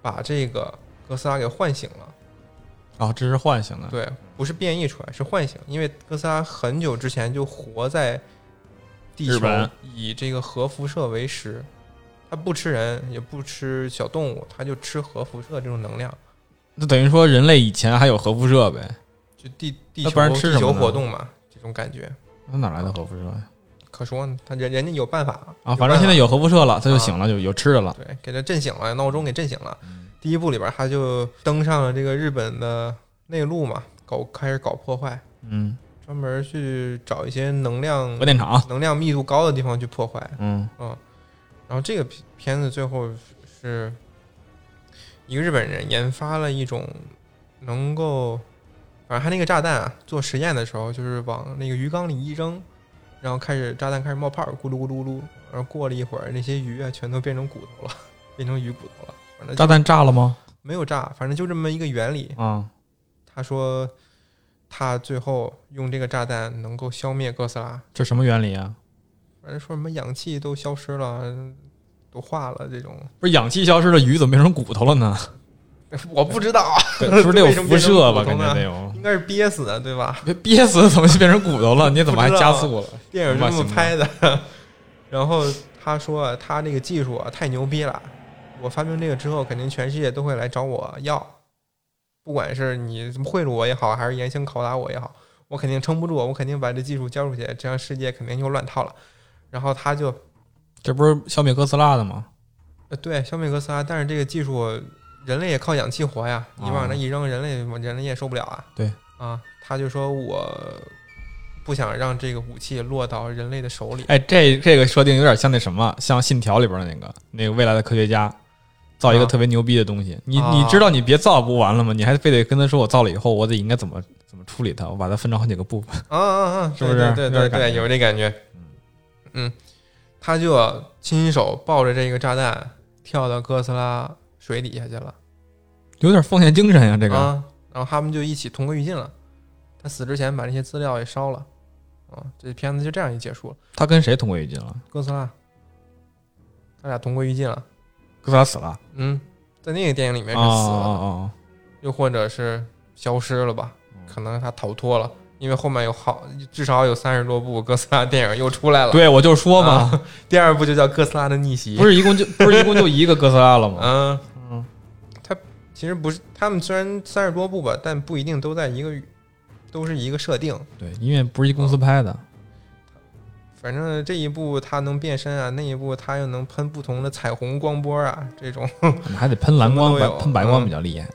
S2: 把这个哥斯拉给唤醒了。
S1: 哦，这是唤醒的，
S2: 对，不是变异出来，是唤醒，因为哥斯拉很久之前就活在地
S1: 日
S2: 球
S1: 本，
S2: 以这个核辐射为食，它不吃人，也不吃小动物，它就吃核辐射这种能量，
S1: 那等于说人类以前还有核辐射呗？
S2: 就地地
S1: 那
S2: 球
S1: 不然吃什么
S2: 地球
S1: 呢
S2: 活动嘛，这种感觉。
S1: 那哪来的核辐射呀？
S2: 可说呢，他人人家有办法啊
S1: 啊，反正现在
S2: 有
S1: 有核辐射了，它就醒了，就有吃的了
S2: 办。法对给他震醒了，闹钟给震醒了。第一部里边他就登上了这个日本的内陆嘛，搞开始搞破坏，
S1: 嗯，
S2: 专门去找一些能量
S1: 核电厂，
S2: 能量密度高的地方去破坏。
S1: 嗯，
S2: 然后这个片片子最后是呃一个日本人研发了一种能够，反正他那个炸弹啊，做实验的时候就是往那个鱼缸里一扔，然后开始炸弹开始冒泡，咕噜咕噜咕噜，然后过了一会儿，那些鱼啊全都变成骨头了，变成鱼骨头了。反正
S1: 炸
S2: 就
S1: 弹炸了吗？
S2: 没有炸，反正就这么一个原理。
S1: 啊，
S2: 他说他最后用这个炸弹能够消灭哥斯拉，
S1: 这什么原理啊？
S2: 反正说什么氧气都消失了，都化了这种，
S1: 不是氧气消失了，鱼怎么变成骨头了呢？
S2: 我不知道。
S1: 对是不是得有辐射吧？
S2: 为
S1: 感
S2: 什
S1: 觉
S2: 么变成骨头呢
S1: 得有。
S2: 应该是憋死的，对吧？
S1: 别憋死怎么就变成骨头了？你怎么还加速了？
S2: 电影就这么拍的。 然后他说啊他这个技术啊太牛逼了，我发明这个之后，肯定全世界都会来找我要，不管是你贿赂我也好，还是严刑拷打我也好，我肯定撑不住，我肯定把这技术交出去，这样世界肯定又乱套了。然后他就
S1: 这不是消灭哥斯拉的吗？
S2: 呃对消灭哥斯拉，但是这个技术人类也靠氧气活呀，你往那一扔，人类人类也受不了啊。
S1: 对
S2: 啊，他就说我不想让这个武器落到人类的手里。
S1: 哎，这这个设定有点像那什么，像《信条》里边的那个那个未来的科学家，造一个
S2: 啊
S1: 特别牛逼的东西。你
S2: 啊
S1: 你知道你别造不完了吗？你还非得跟他说我造了以后我得应该怎么怎么处理它，我把它分成好几个部分。
S2: 啊啊啊！
S1: 是不是
S2: 对
S1: 有
S2: 对对
S1: 点感
S2: 对，
S1: 觉
S2: 有这感觉。嗯，他就亲手抱着这个炸弹跳到哥斯拉水底下去了。
S1: 有点奉献精神呀、这个、
S2: 啊，然后他们就一起同归于尽了。他死之前把那些资料也烧了。啊，这片子就这样一结束了。
S1: 他跟谁同归于尽了？
S2: 哥斯拉，他俩同归于尽了。
S1: 哥斯拉死了。
S2: 嗯，在那个电影里面是
S1: 哦
S2: 死了的，
S1: 哦
S2: 又或者是消失了吧
S1: 嗯？
S2: 可能他逃脱了，因为后面有好至少有三十多部哥斯拉电影又出来
S1: 哦，
S2: 了。
S1: 对，我就说嘛，
S2: 啊第二部就叫《哥斯拉的逆袭》。
S1: 不是一共就不是一共就一个哥斯拉了吗？
S2: 嗯，
S1: 嗯，
S2: 它其实不是，他们虽然三十多部吧，但不一定都在一个宇，都是一个设定。
S1: 对，因为不是一公司拍的。
S2: 反正这一部它能变身啊，那一部它又能喷不同的彩虹光波啊，这种。
S1: 可能还得喷蓝光，
S2: 什么都
S1: 白
S2: 有
S1: 喷白光
S2: 嗯
S1: 比较厉害。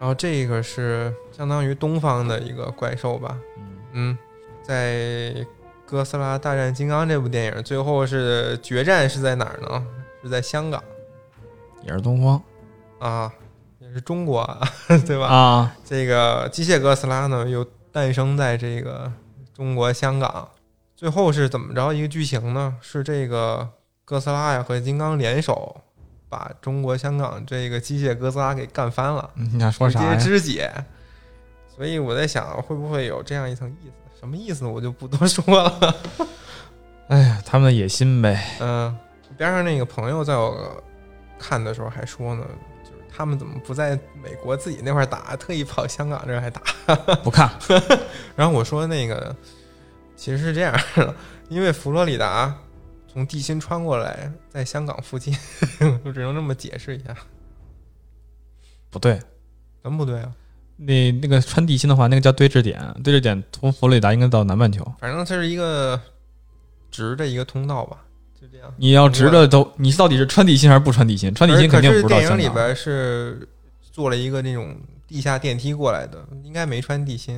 S2: 然后这个是相当于东方的一个怪兽吧？
S1: 嗯，
S2: 嗯，在《哥斯拉大战金刚》这部电影，最后是决战是在哪儿呢？是在香港
S1: 也是东方
S2: 啊，也是中国，啊， 对吧？
S1: 啊，
S2: 这个机械哥斯拉呢，又诞生在这个中国香港。最后是怎么着一个剧情呢？是这个哥斯拉呀和金刚联手，把中国香港这个机械哥斯拉给干翻了，
S1: 你想说
S2: 直
S1: 啥呀？
S2: 接肢解。所以我在想，会不会有这样一层意思？什么意思我就不多说 了。
S1: 哎呀，他们的野心呗。
S2: 嗯、边上那个朋友在我看的时候还说呢，就是他们怎么不在美国自己那块儿打，特意跑香港这儿还打？
S1: 不看，
S2: 然后我说那个其实是这样的，因为佛罗里达从地心穿过来，在香港附近， 我只能这么解释一下，
S1: 不对，
S2: 怎么不对啊？
S1: 那那个穿地心的话，那个叫对置点，对置点从佛罗里达应该到南半球。
S2: 反正它是一个直的一个通道吧，就这样。
S1: 你要直着都，你到底是穿地心还是不穿地心？穿地
S2: 而
S1: 心肯定
S2: 可
S1: 不知
S2: 是
S1: 道
S2: 电影
S1: 香
S2: 里
S1: 港。
S2: 边是做了一个那种地下电梯过来的，应该没穿地心，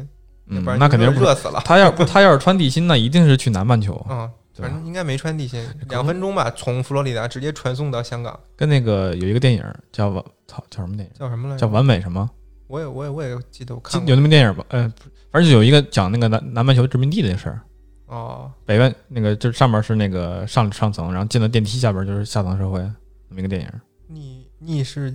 S2: 要
S1: 嗯
S2: 不然，
S1: 那肯定
S2: 就
S1: 不是。
S2: 热死了。
S1: 他要他要是穿地心，那一定是去南半 球，
S2: 嗯，
S1: 对啊哎
S2: 反
S1: 吧？
S2: 正应该没穿地心，两分钟吧，从佛罗里达直接传送到香港，
S1: 跟那个有一个电影叫完，操叫什么电影？
S2: 叫什么来
S1: 叫
S2: 着？
S1: 完美什么？
S2: 我也我也我也记得我
S1: 记
S2: 看
S1: 有
S2: 过
S1: 那么电影吧？呃，反正有一个讲那个南南半球殖民地的事儿，
S2: 啊哦，
S1: 北边那个就是上面是那个上上层，然后进了电梯，下边就是下层社会，那么一个电影，
S2: 逆逆世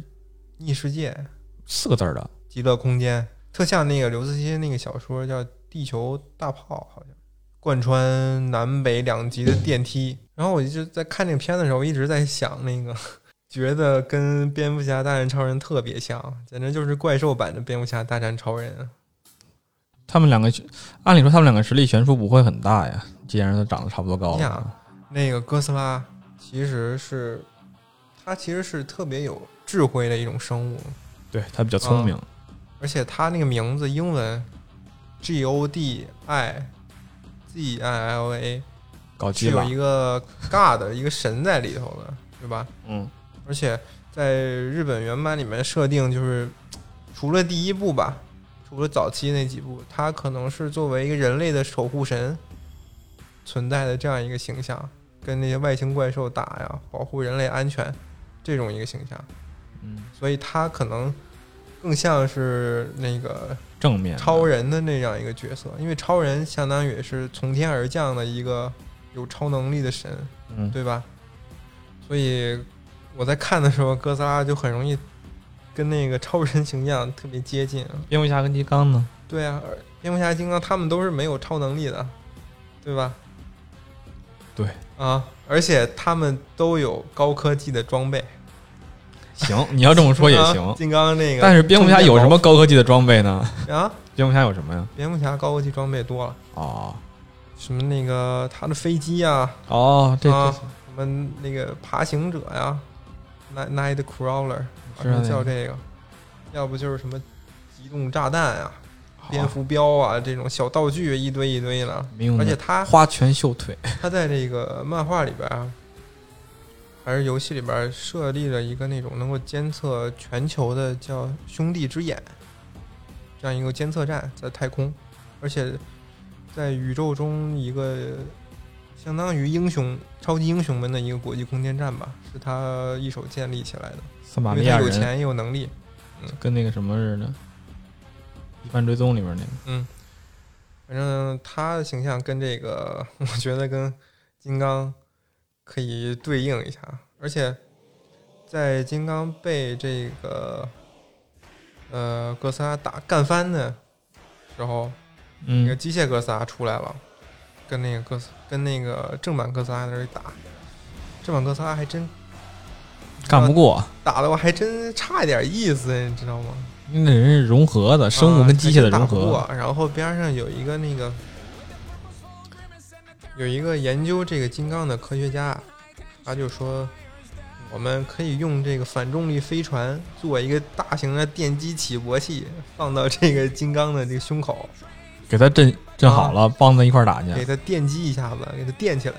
S2: 逆世界
S1: 四个字儿的，
S2: 极乐空间，特像那个刘慈欣那个小说叫《地球大炮》，好像贯穿南北两极的电梯。然后我就在看这个片子的时候，我一直在想那个，觉得跟蝙蝠侠大战超人特别像，简直就是怪兽版的蝙蝠侠大战超人。
S1: 他们两个按理说他们两个实力悬殊不会很大呀，既然都长得差不多高
S2: 你想
S1: 了，
S2: 那个哥斯拉其实是，它其实是特别有智慧的一种生物，
S1: 对他比较聪
S2: 啊
S1: 明，
S2: 而且它那个名字英文 G O D I G I L A
S1: 搞
S2: 是
S1: 基
S2: 有
S1: 了
S2: 一，个 God 一个神在里头的，对吧？
S1: 嗯，
S2: 而且在日本原版里面设定就是，除了第一部吧，除了早期那几部，它可能是作为一个人类的守护神存在的这样一个形象，跟那些外星怪兽打呀，保护人类安全这种一个形象，
S1: 嗯，
S2: 所以它可能更像是那个
S1: 正面的
S2: 超人的那样一个角色，因为超人相当于也是从天而降的一个有超能力的神，
S1: 嗯，
S2: 对吧？所以我在看的时候，哥斯拉就很容易跟那个超人形象特别接近啊。
S1: 蝙蝠侠跟金刚呢，
S2: 对啊，而蝙蝠侠、金刚他们都是没有超能力的，对吧？
S1: 对
S2: 啊，而且他们都有高科技的装备。
S1: 行，你要这么说也
S2: 啊
S1: 行，
S2: 金刚那个，
S1: 但是蝙蝠侠有什么高科技的装备呢？
S2: 啊？
S1: 蝙蝠侠有什么呀？
S2: 蝙蝠侠高科技装备多了，
S1: 哦
S2: 什么那个他的飞机啊，
S1: 哦，这
S2: 啊
S1: 这
S2: 什么那个爬行者呀，night night crawler，好
S1: 知道
S2: 像
S1: 那
S2: 叫
S1: 个
S2: 这个，要不就是什么机动炸弹啊、
S1: 好
S2: 蝙蝠镖啊这种小道具一堆一堆的。
S1: 没用的，
S2: 而且他
S1: 花拳绣 腿，
S2: 他在这个漫画里边啊，还是游戏里边儿设立了一个那种能够监测全球的叫“兄弟之眼”这样一个监测站，在太空，而且在宇宙中一个相当于英雄、超级英雄们的一个国际空间站吧，是他一手建立起来的，
S1: 撒玛
S2: 因
S1: 利
S2: 为
S1: 亚
S2: 他有
S1: 人
S2: 钱也有能力。
S1: 跟那个什么似的，《一犯追踪》里面那个，
S2: 反正他的形象跟这个， 我觉得跟金刚可以对应一下，而且在金刚被这个呃哥斯拉打干翻的时候，那个
S1: 嗯，
S2: 机械哥斯拉出来了，跟那个哥斯跟那个正版哥斯拉在那儿打，正版哥斯拉还真
S1: 干不过，
S2: 打的我还真差一点意思，你知道吗？
S1: 那人是融合的，生物跟机械的融合，
S2: 啊。还真打不过然后边上有一个那个，有一个研究这个金刚的科学家，他就说，我们可以用这个反重力飞船做一个大型的电击起搏器，放到这个金刚的这个胸口，
S1: 给他震震好了，帮他一块儿打去，
S2: 给他电击一下子，给他电起来。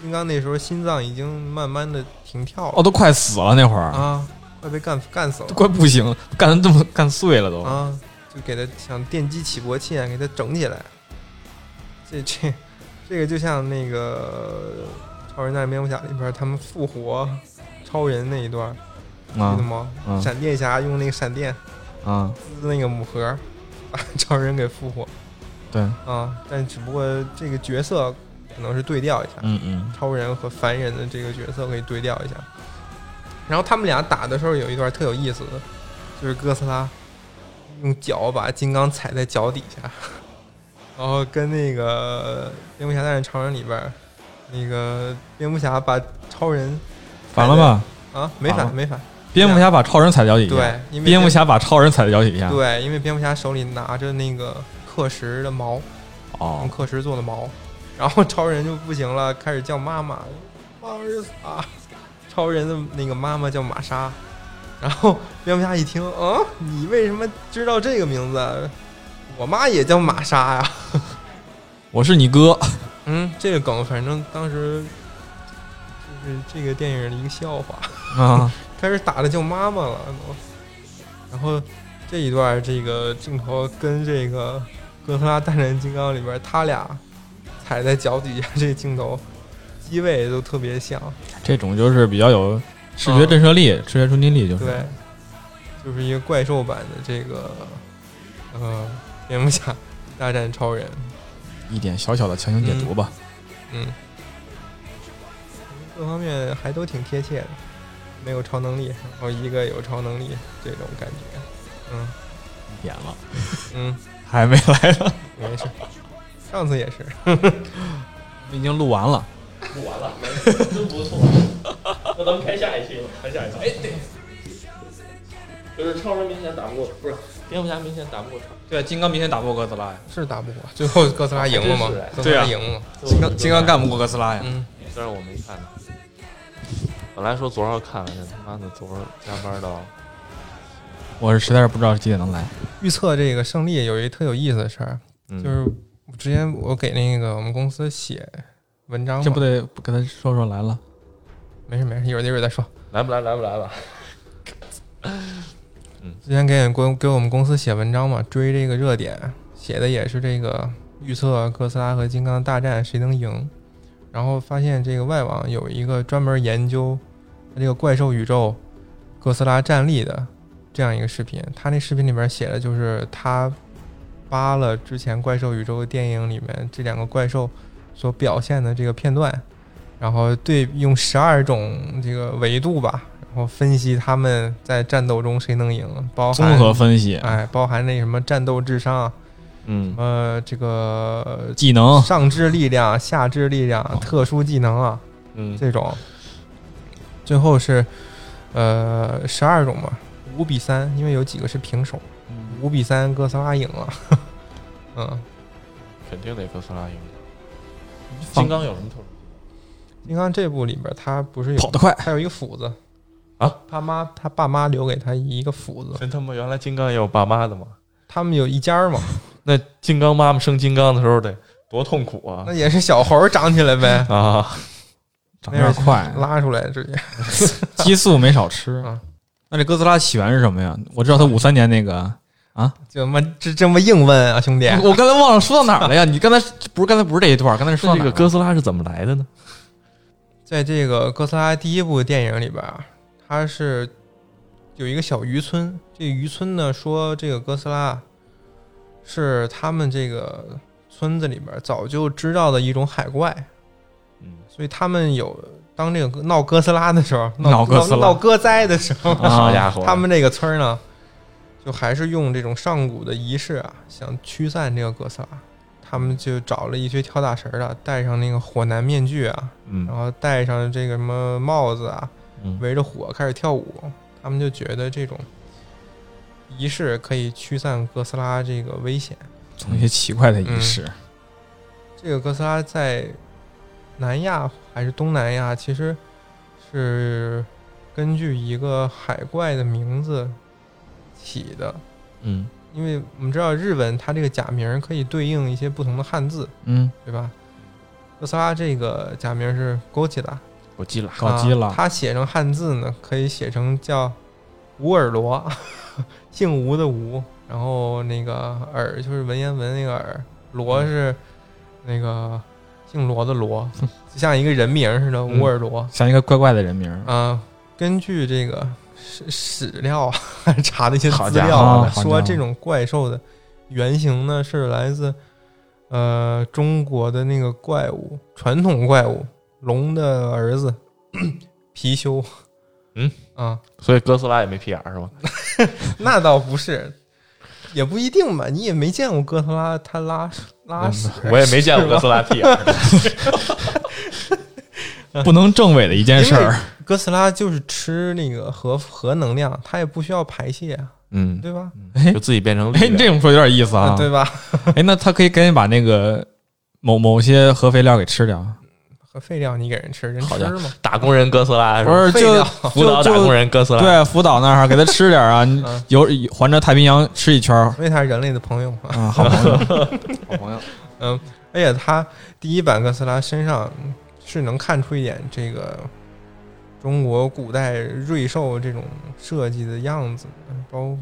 S2: 金刚那时候心脏已经慢慢的停跳
S1: 哦，
S2: 了，
S1: 都快死了那会儿，
S2: 啊，快被干干死了
S1: 哦都。快不行，了，干得这么干碎了都，
S2: 啊，就给他想电击起搏器啊，给他整起来。这这这个就像那个《超人大战蝙蝠侠》里边儿他们复活超人那一段儿，记得
S1: 啊
S2: 吗？
S1: 嗯
S2: 闪电侠用那个闪电
S1: 啊，
S2: 撕那个母盒，把超人给复活
S1: 对，
S2: 啊。但只不过这个角色可能是对调一下，
S1: 嗯嗯，
S2: 超人和凡人的这个角色可以对调一下。然后他们俩打的时候有一段特有意思的，就是哥斯拉用脚把金刚踩在脚底下， 然后跟那个蝙蝠侠大战超人里边儿，那个蝙蝠侠把超人
S1: 反了吧？
S2: 啊没
S1: 反了
S2: 反没反，
S1: 蝙蝠侠把超人踩脚底下，
S2: 对，因为
S1: 蝙蝠侠把超人踩在脚底下，
S2: 对，因为蝙蝠侠手里拿着那个刻石的矛，用
S1: 哦，
S2: 刻石做的矛，然后超人就不行了，开始叫妈妈，妈妈是啥？啊超人的那个妈妈叫玛莎，然后蝙蝠侠一听，啊，你为什么知道这个名字？我妈也叫玛莎呀。
S1: 我是你哥，
S2: 嗯，这个梗反正当时就是这个电影的一个笑话。
S1: 啊，
S2: 开始打的叫妈妈了都。然后这一段这个镜头跟这个《哥斯拉大战金刚》里边他俩踩在脚底下这个镜头机位都特别像，
S1: 这种就是比较有视觉震慑力、视觉冲击力，就是
S2: 对，就是一个怪兽版的这个呃蝙蝠侠大战超人，
S1: 一点小小的强行解读吧。
S2: 嗯，各方面还都挺贴切的，没有超能力，然后一个有超能力这种感觉，嗯
S1: 一点了，
S2: 嗯，
S1: 还没来呢，
S2: 没事，上次也是，
S1: 已经录完了。
S3: 录完了，真不错。那咱们开下一期吧，开下一期。哎，对，就是超人明显打不过，不是蝙蝠侠明显打不过超人。
S1: 对，金刚明显打不过哥斯拉呀。
S2: 是打不过，最后哥斯拉赢了吗
S3: 真是哎？
S2: 哥斯
S1: 对
S2: 拉
S1: 啊
S2: 赢了吗，
S1: 金刚金刚干不过哥斯拉呀。
S2: 嗯，
S3: 虽然我没看呢。本来说昨儿看来着，他妈的昨儿加班到
S1: 我是实在是不知道几点能来。
S2: 预测这个胜利有一特有意思的事儿，
S1: 嗯
S2: 就是我之前我给那个我们公司写文章嘛，
S1: 这不得给他说说来了。
S2: 没事没事，一会儿一会儿再说。
S3: 来不来来不来吧。
S2: 之前给给给我们公司写文章嘛，追这个热点，写的也是这个预测哥斯拉和金刚大战谁能赢。然后发现这个外网有一个专门研究这个怪兽宇宙哥斯拉战力的这样一个视频，他那视频里边写的就是他扒了之前怪兽宇宙的电影里面这两个怪兽所表现的这个片段，然后对用十二种这个维度吧，然后分析他们在战斗中谁能赢，包含
S1: 综合分析，啊
S2: 哎，包含那什么战斗智商，
S3: 嗯
S2: 什，么这个
S1: 技能
S2: 上肢力量、下肢力量、特殊技能啊
S3: 哦嗯，
S2: 这种，最后是呃十二种嘛，五比三，因为有几个是平手，
S3: 嗯
S2: 五比三哥斯拉赢了， 嗯，
S3: 肯定得哥斯拉赢。
S1: 放
S3: 金刚有什么特殊？
S2: 金刚这部里边他不是有
S1: 跑得快，
S2: 他有一个斧子
S3: 啊，
S2: 他妈他爸妈留给他一个斧子，
S3: 真他妈，原来金刚也有爸妈的吗？
S2: 他们有一家儿嘛，
S3: 那金刚妈妈生金刚的时候得多痛苦啊
S2: 那！也是小猴儿长起来呗，
S3: 啊，
S1: 长得有点快，
S3: 嗯
S2: 拉出来直接，
S1: 激素没少吃
S2: 啊。
S1: 那这哥斯拉起源是什么呀？我知道他五三年那个，
S2: 就他妈这这么硬问啊， 兄弟。
S1: 我刚才忘了说到哪儿了呀？你刚才不是刚才不是这一段，刚才说到
S3: 那
S1: 哪
S3: 这
S1: 儿了
S3: 个哥斯拉是怎么来的呢？
S2: 在这个哥斯拉第一部电影里边啊，它是有一个小渔村，这渔村呢说这个哥斯拉是他们这个村子里边早就知道的一种海怪，
S3: 嗯，
S2: 所以他们有当这个闹哥斯拉的时候，
S1: 闹
S2: 闹
S1: 哥斯拉
S2: 闹闹哥灾的时候，
S1: 啊
S3: 好家伙，
S2: 他们这个村儿呢，就还是用这种上古的仪式啊，想驱散这个哥斯拉。他们就找了一群跳大神儿的，戴上那个火男面具啊，然
S3: 嗯
S2: 后戴上这个什么帽子啊，
S3: 嗯
S2: 围着火开始跳舞。他们就觉得这种仪式可以驱散哥斯拉这个危险。
S1: 总有一些奇怪的仪式，
S2: 这个哥斯拉在南亚还是东南亚，其实是根据一个海怪的名字起的，
S3: 嗯
S2: 因为我们知道日文它这个假名可以对应一些不同的汉字，
S1: 嗯，
S2: 对吧？哥斯拉这个假名是 Godzilla，
S3: 我记了，
S1: 搞基了
S2: 啊。它写成汉字呢，可以写成叫吴尔罗， 姓吴的吴，然后那个尔就是文言文那个尔，罗
S1: 嗯
S2: 是那个姓罗的罗，就像一个人名似的，
S3: 嗯
S2: 吴尔罗。
S1: 像一个怪怪的人名儿，
S2: 啊，根据这个史史料啊 查的一些
S3: 好
S2: 资
S3: 家伙
S2: 料
S1: 好
S2: 啊，
S1: 家伙
S2: 说这种怪兽的原型呢是来自呃中国的那个怪物，传统怪物龙的儿子 貔貅。
S3: 嗯
S2: 啊，
S3: 所以哥斯拉也没屁眼儿是吧？
S2: 那倒不是，也不一定吧。你也没见过哥斯拉，它拉拉屎，
S1: 嗯
S3: 我也没见过哥斯拉屁眼儿。
S1: 不能证伪的一件事
S2: 因为
S1: 儿。
S2: 哥斯拉就是吃那个核核能量，它也不需要排泄啊，
S3: 嗯，
S2: 对吧？
S3: 就自己变成 力
S1: 哎，
S3: 量
S1: 你这么说有点意思啊。
S2: 嗯对吧？
S1: 哎，那他可以赶紧把那个某某些核肥料给吃掉。
S2: 和废料你给人吃，人
S3: 好
S2: 吃
S3: 家
S2: 吗？
S3: 打工人哥斯拉是
S1: 不
S3: 吧？
S1: 是，
S2: 废
S1: 就
S2: 料
S3: 啊辅导
S1: 就
S3: 打工
S1: 就
S3: 人哥斯拉，
S1: 对福岛那儿给他吃点儿 啊，你
S2: 嗯
S1: 游环着太平洋吃一圈儿
S2: 因为它是人类的朋友嘛。
S1: 啊，好朋 友，好朋友。
S2: 嗯，而且它第一版哥斯拉身上是能看出一点这个中国古代瑞兽这种设计的样子，嗯包括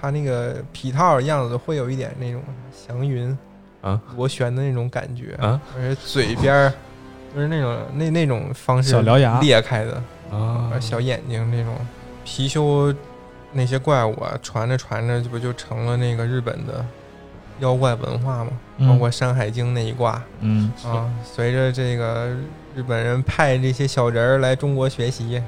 S2: 它那个皮套样子会有一点那种祥云
S3: 啊
S2: 螺旋的那种感觉，
S3: 啊
S2: 而且嘴边儿就是那种那那种方式
S1: 小獠牙
S2: 裂开的，
S3: 啊
S1: 哎
S2: 啊，小眼睛那种貔貅那些怪物啊，传着传着就不就成了那个日本的妖怪文化嘛，
S1: 嗯
S2: 包括《山海经》那一挂、
S1: 嗯，
S2: 啊。随着这个日本人派这些小人儿来中国学习，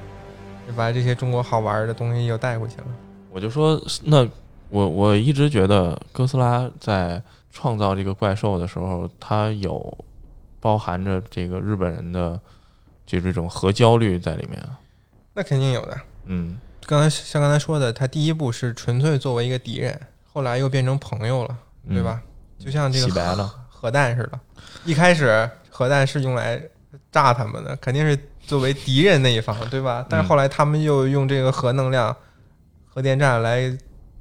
S2: 就把这些中国好玩儿的东西又带回去了。
S3: 我就说，那我我一直觉得哥斯拉在创造这个怪兽的时候，它有包含着这个日本人的就这种核焦虑在里面。
S2: 那肯定有的。
S3: 嗯，
S2: 刚才像刚才说的，他第一步是纯粹作为一个敌人，后来又变成朋友了，
S3: 嗯
S2: 对吧？？就像这个
S3: 洗白
S2: 核
S3: 了
S2: 核弹似的，一开始核弹是用来炸他们的，肯定是作为敌人那一方，对吧？
S3: 嗯
S2: 但是后来他们又用这个核能量、核电站来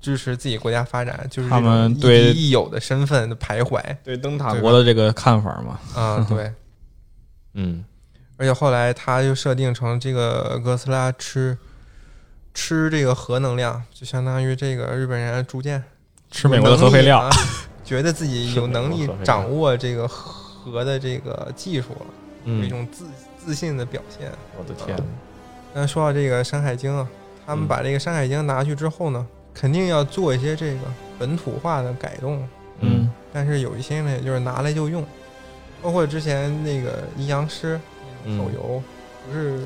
S2: 支持自己国家发展，就是这
S1: 他
S2: 种
S1: 们
S2: 亦
S1: 对
S2: 敌亦友的身份的徘徊
S1: 对灯塔
S2: 对吧
S1: 国的这个看法嘛，
S2: 啊，对。
S3: 嗯，
S2: 而且后来他又设定成这个哥斯拉吃吃这个核能量，就相当于这个日本人逐渐
S1: 吃美国的核废料
S2: 有能，力啊， 觉得自己有能力掌握这个核的这个技术了，有一
S3: 嗯，
S2: 种自自信的表现。
S3: 我的天，
S2: 那说到这个《山海经》啊，他们
S3: 嗯
S2: 把这个《山海经》拿去之后呢，肯定要做一些这个本土化的改动，
S1: 嗯，
S2: 但是有一些呢，也就是拿来就用，包括之前那个《阴阳师》那
S3: 嗯
S2: 个手游，不是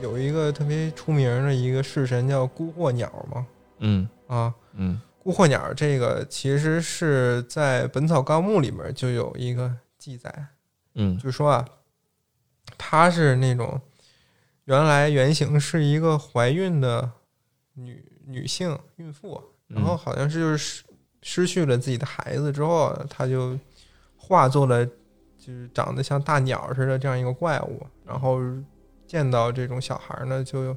S2: 有一个特别出名的一个式神叫孤惑鸟吗？
S3: 嗯
S2: 啊，
S3: 嗯
S2: 孤惑鸟这个其实是在《本草纲目》里面就有一个记载，
S3: 嗯
S2: 就说啊，她是那种原来原型是一个怀孕的女女性孕妇，然
S3: 嗯
S2: 后好像是就是失失去了自己的孩子之后，她就化作了就是长得像大鸟似的这样一个怪物，然后见到这种小孩儿呢就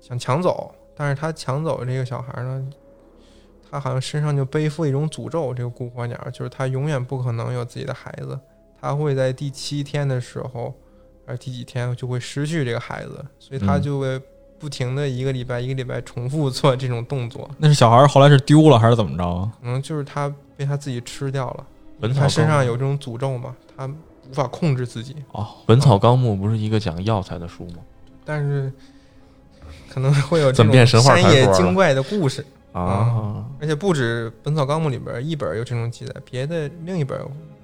S2: 想抢走，但是她抢走这个小孩儿呢。她好像身上就背负一种诅咒，这个孤火鸟就是她永远不可能有自己的孩子，她会在第七天的时候，还是第几天就会失去这个孩子，所以她
S3: 嗯
S2: 就会不停的一个礼拜一个礼拜重复做这种动作，
S1: 那是小孩儿后来是丢了还是怎么着啊？
S2: 可能嗯就是他被他自己吃掉了，因
S3: 本
S2: 为
S3: 草
S2: 他身
S3: 纲
S2: 上
S3: 目
S2: 有这种诅咒嘛，他无法控制自己，
S1: 哦，
S3: 《本草纲目》不是一个讲药材的书吗？
S2: 但是可能会有这
S3: 怎么变
S2: 种
S3: 神话
S2: 山
S3: 传
S2: 野
S3: 说了
S2: 精怪的故事，
S3: 啊，
S2: 而且不止《本草纲目》里边一本有这种记载，别的另一本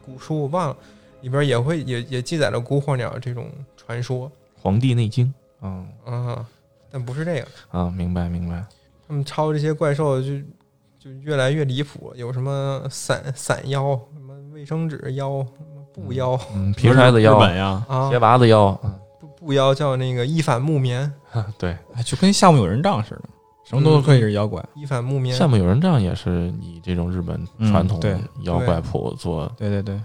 S2: 古书我忘了，里边也会也也记载了孤火鸟这种传说，
S3: 《黄帝内经》。嗯
S2: 啊，但不是这个。
S3: 啊，明白明白。
S2: 他们抄这些怪兽就就越来越离谱，有什么散散妖、什么卫生纸妖、什么布妖
S3: 嗯，皮揣子
S1: 日
S3: 腰，
S1: 本呀，
S2: 啊
S3: 鞋，拔子腰。
S2: 布布妖叫那个一反木棉，
S3: 嗯，对。
S1: 哎就跟夏目友人帐似的，什么都可以是妖怪。
S2: 一反木棉，
S3: 夏目友人帐也是以这种日本传统
S1: 嗯
S3: 妖怪谱做，
S1: 对对对，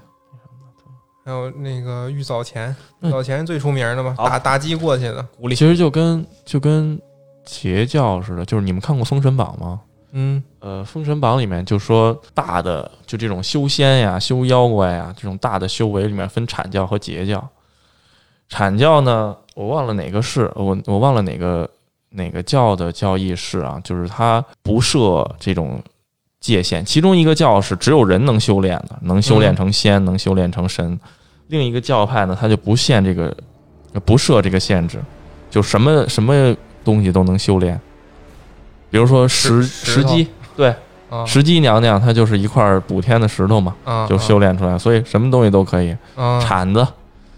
S2: 还有那个玉藻前，
S3: 嗯
S2: 玉藻前是最出名的嘛，
S3: 好
S2: 打打击过去的，
S1: 狐狸
S3: 其实就跟就跟邪教似的。就是你们看过《封神榜》吗？
S2: 嗯，
S3: 呃，《封神榜》里面就说大的就这种修仙呀、修妖怪呀这种大的修为里面分阐教和截教。阐教呢，我忘了哪个是，我我忘了哪个哪个教的教义是啊，就是它不设这种界限。其中一个教是只有人能修炼的，能修炼成仙，能修炼成神；另一个教派呢，它就不限这个，不设这个限制，就什么什么东西都能修炼。比如说石
S2: 石
S3: 石
S2: 头
S3: 鸡，对，
S2: 啊
S3: 石矶娘娘她就是一块补天的石头嘛，
S2: 啊，
S3: 就修炼出来，所以什么东西都可以。
S2: 啊，啊
S3: 铲子，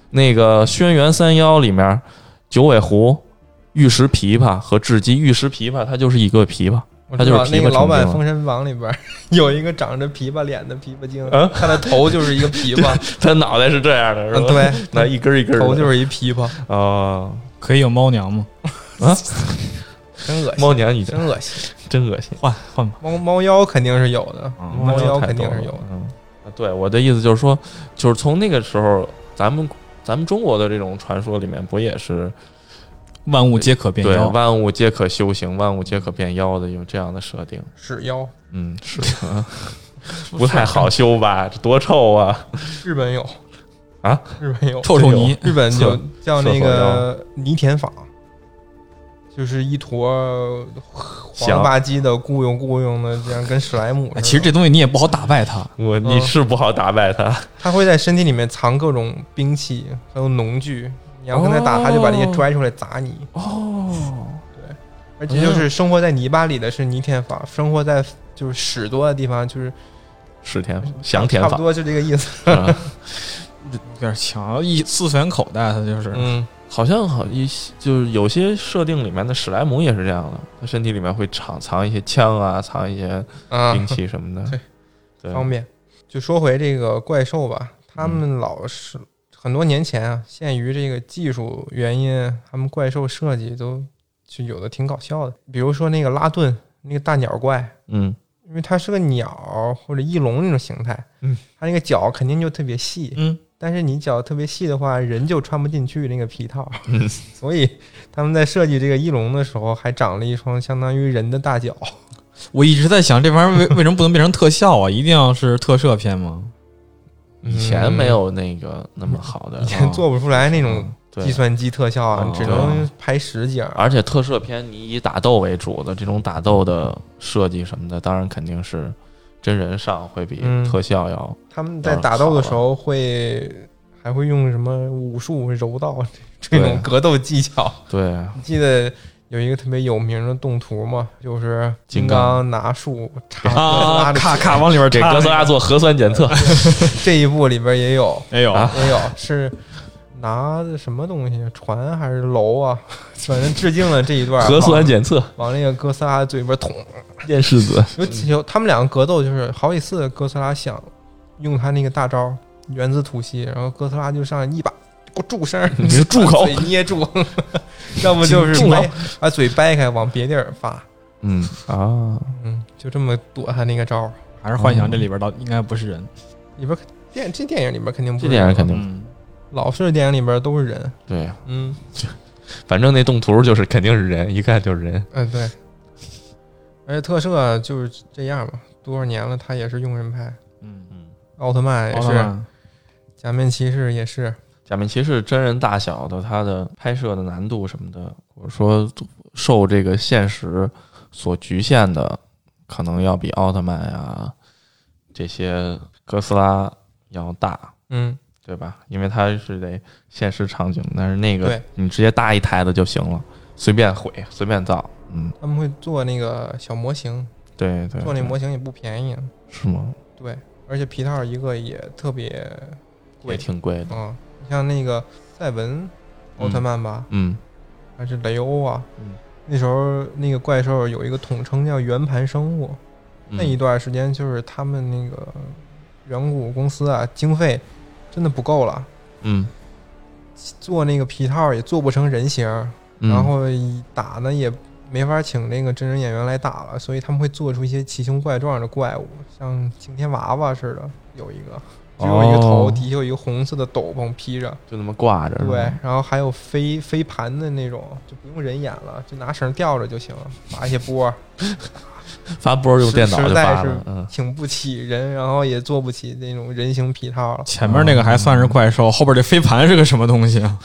S3: 那个《轩辕三妖》里面，九尾狐、玉石琵琶和雉鸡，玉石琵琶它就是一 个琵琶，
S2: 我
S3: 它
S2: 知
S3: 就
S2: 道
S3: 是琵琶
S2: 那个
S3: 成
S2: 老版
S3: 精
S2: 《
S3: 了
S2: 封神榜》里边 有一个长着琵琶脸的琵琶精
S3: 啊，
S2: 他的头就是一个琵琶，
S3: 它脑袋是这样 的，是
S2: 嗯
S3: 吧？，
S2: 对，
S3: 那一根一根的。
S2: 头就是一琵琶，
S3: 啊
S1: 可以有猫娘吗？
S3: 啊！
S2: 真恶心，
S3: 猫娘已经
S2: 真恶心，
S3: 真恶心，
S1: 换换吧，
S2: 猫猫妖肯定是有的，
S1: 嗯
S2: 猫妖
S3: 太
S2: 肯定
S3: 逗
S2: 是
S3: 了
S2: 有的。
S3: 嗯，啊对，我的意思就是说，就是从那个时候，咱们咱们中国的这种传说里面，不也是
S1: 万物皆可变
S3: 对
S1: 妖。
S3: 万物皆可修行，万物皆可变妖的有这样的设定？
S2: 是妖，
S3: 嗯， 是，不太好修吧？这多臭啊！
S2: 日本有
S3: 啊，
S2: 日本有
S1: 臭臭泥，
S2: 日本就叫那
S3: 厕
S2: 个泥田坊，就是一坨
S3: 翔
S2: 黄吧唧的雇佣雇佣的，这样跟史莱姆似
S1: 哎
S2: 的。
S1: 其实这东西你也不好打败它，
S3: 我你是不好打败他，
S2: 它会在身体里面藏各种兵器，还有农具。你要跟它打，
S3: 哦
S2: 它就把这些拽出来砸你。
S3: 哦，
S2: 而且就是生活在泥巴里的是泥田坊，生活在就是屎多的地方就是
S3: 是天赋，降天
S2: 差不
S3: 法
S2: 多就这个意思。
S3: 是吧？
S1: 有点强，一四次元口袋，他就是、
S2: 嗯，
S3: 好像好一些就是有些设定里面的史莱姆也是这样的，他身体里面会藏藏一些枪啊，藏一些
S2: 啊，
S3: 兵器什么的。
S2: 对
S3: 对，
S2: 方便。就说回这个怪兽吧，他
S1: 嗯
S2: 们老是很多年前啊，限于这个技术原因，他们怪兽设计都就有的挺搞笑的。比如说那个拉顿那个大鸟怪，
S3: 嗯
S2: 因为它是个鸟或者翼龙那种形态，
S1: 嗯，
S2: 它那个脚肯定就特别细，
S1: 嗯，
S2: 但是你脚特别细的话，人就穿不进去那个皮套，
S1: 嗯
S2: 所以他们在设计这个翼龙的时候，还长了一双相当于人的大脚。
S1: 我一直在想这玩意儿为为什么不能变成特效啊？一定要是特摄片吗？
S3: 以前没有那个那么好的，
S2: 以前
S1: 哦
S3: 啊
S2: 做不出来那种
S3: 对
S2: 计算机特效啊
S3: 哦，啊
S2: 只能拍实景儿。
S3: 而且特摄片你以打斗为主的这种打斗的设计什么的，当然肯定是真人上会比
S2: 嗯
S3: 特效要
S2: 他们在打斗的时候会还会用什么武术、柔道 这种
S3: 对
S2: 格斗技 巧。
S3: 对
S2: 你记得有一个特别有名的动图吗？就是金
S3: 金啊
S2: 刚拿树 插拉着
S1: 啊咔咔往里边
S3: 给
S1: 插
S3: 哥斯拉做核酸检测。
S2: 这一部里边也有
S1: 哎呦，
S3: 啊
S2: 也有是。拿的什么东西？船还是楼啊？ 反正致敬了这一段儿，啊
S3: 核酸检测，
S2: 往那个哥斯拉嘴边捅，
S3: 电世子，
S2: 有几有他们两个格斗，就是好几次哥斯拉想用他那个大招原子吐息，然后哥斯拉就上来一把给我住声儿，
S3: 你是住口
S2: 把嘴捏住，要么就是
S3: 住口
S2: 掰把嘴掰开往别地儿发，
S3: 嗯啊，
S2: 嗯，就这么躲他那个招儿。
S1: 还是幻想这里边到应该不是人。
S2: 里边电这电影里边肯定不
S3: 这
S2: 是
S3: 点
S2: 人
S3: 肯定
S1: 嗯，
S2: 老式电影里边都是人，
S3: 对，
S2: 嗯
S3: 反正那动图就是肯定是人，一看就是人。
S2: 嗯、对，而且特摄就是这样嘛，多少年了他也是用人拍，
S1: 嗯，
S3: 嗯，
S2: 奥特曼也
S1: 奥特
S2: 是，
S1: 曼
S2: 假面骑士也是，
S3: 假面骑士真人大小的，它的拍摄的难度什么的，或者说受这个现实所局限的，可能要比奥特曼呀、这些哥斯拉要大，
S2: 嗯，
S3: 对吧？因为它是得现实场景，但是那个
S2: 对
S3: 你直接搭一台子就行了，随便毁，随便造。嗯，
S2: 他们会做那个小模型，
S3: 对对，
S2: 做那
S3: 对
S2: 模型也不便宜，
S3: 是吗？
S2: 对，而且皮套一个也特别贵
S3: 也挺贵的。
S2: 啊。你像那个赛文奥特曼吧，
S3: 嗯
S2: 还是雷欧啊，
S3: 嗯
S2: 那时候那个怪兽有一个统称叫圆盘生物，
S3: 嗯
S2: 那一段时间就是他们那个远古公司啊，经费真的不够了，
S3: 嗯，
S2: 做那个皮套也做不成人形，
S3: 嗯
S2: 然后打呢也没法请那个真人演员来打了，所以他们会做出一些奇形怪状的怪物，像晴天娃娃似的，有一个只有一个头，
S3: 哦嗯
S2: 底下有一个红色的斗篷披着，
S3: 就那么挂着。是
S2: 对
S3: 吗，
S2: 然后还有飞飞盘的那种，就不用人演了，就拿绳吊着就行，发一些波，
S3: 发波用
S2: 实
S3: 电脑
S2: 实
S3: 就
S2: 在
S3: 发
S2: 是
S3: 了。嗯，
S2: 请不起人，然后也做不起那种人形皮套了，
S1: 前面那个还算是怪兽，后边这飞盘是个什么东西啊？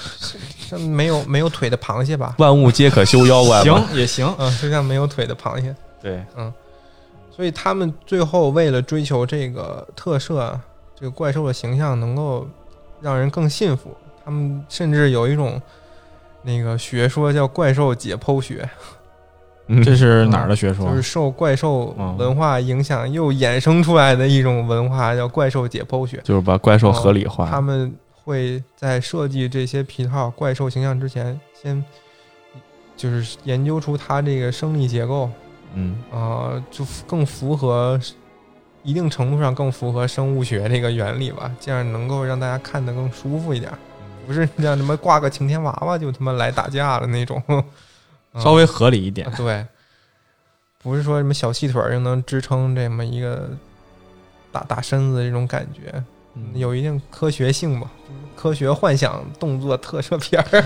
S2: 像没有没有腿的螃蟹吧，
S3: 万物皆可修妖怪。
S1: 行，也行，
S2: 嗯，就像没有腿的螃蟹。
S3: 对，
S2: 所以他们最后为了追求这个特摄，啊这个怪兽的形象能够让人更信服，他们甚至有一种那个学说叫怪兽解剖学，
S3: 嗯
S1: 这是哪儿的学说啊
S2: 就？是受怪兽文化影响又衍生出来的一种文化，叫怪兽解剖学。
S3: 就是把怪兽合理
S2: 哦他
S3: 化。
S2: 们会在设计这些皮套怪兽形象之前，先就是研究出它这个生理结构，
S3: 嗯
S2: 啊、就符更符合一定程度上更符合生物学这个原理吧，这样能够让大家看得更舒服一点，不是像什么挂个晴天娃娃就他妈来打架了那 种，嗯
S1: 稍微合理一点
S2: 啊。对，不是说什么小细腿儿就能支撑这么一个大大身子这种感觉，
S3: 嗯
S2: 有一定科学性吧，科学幻想动作特摄片 儿。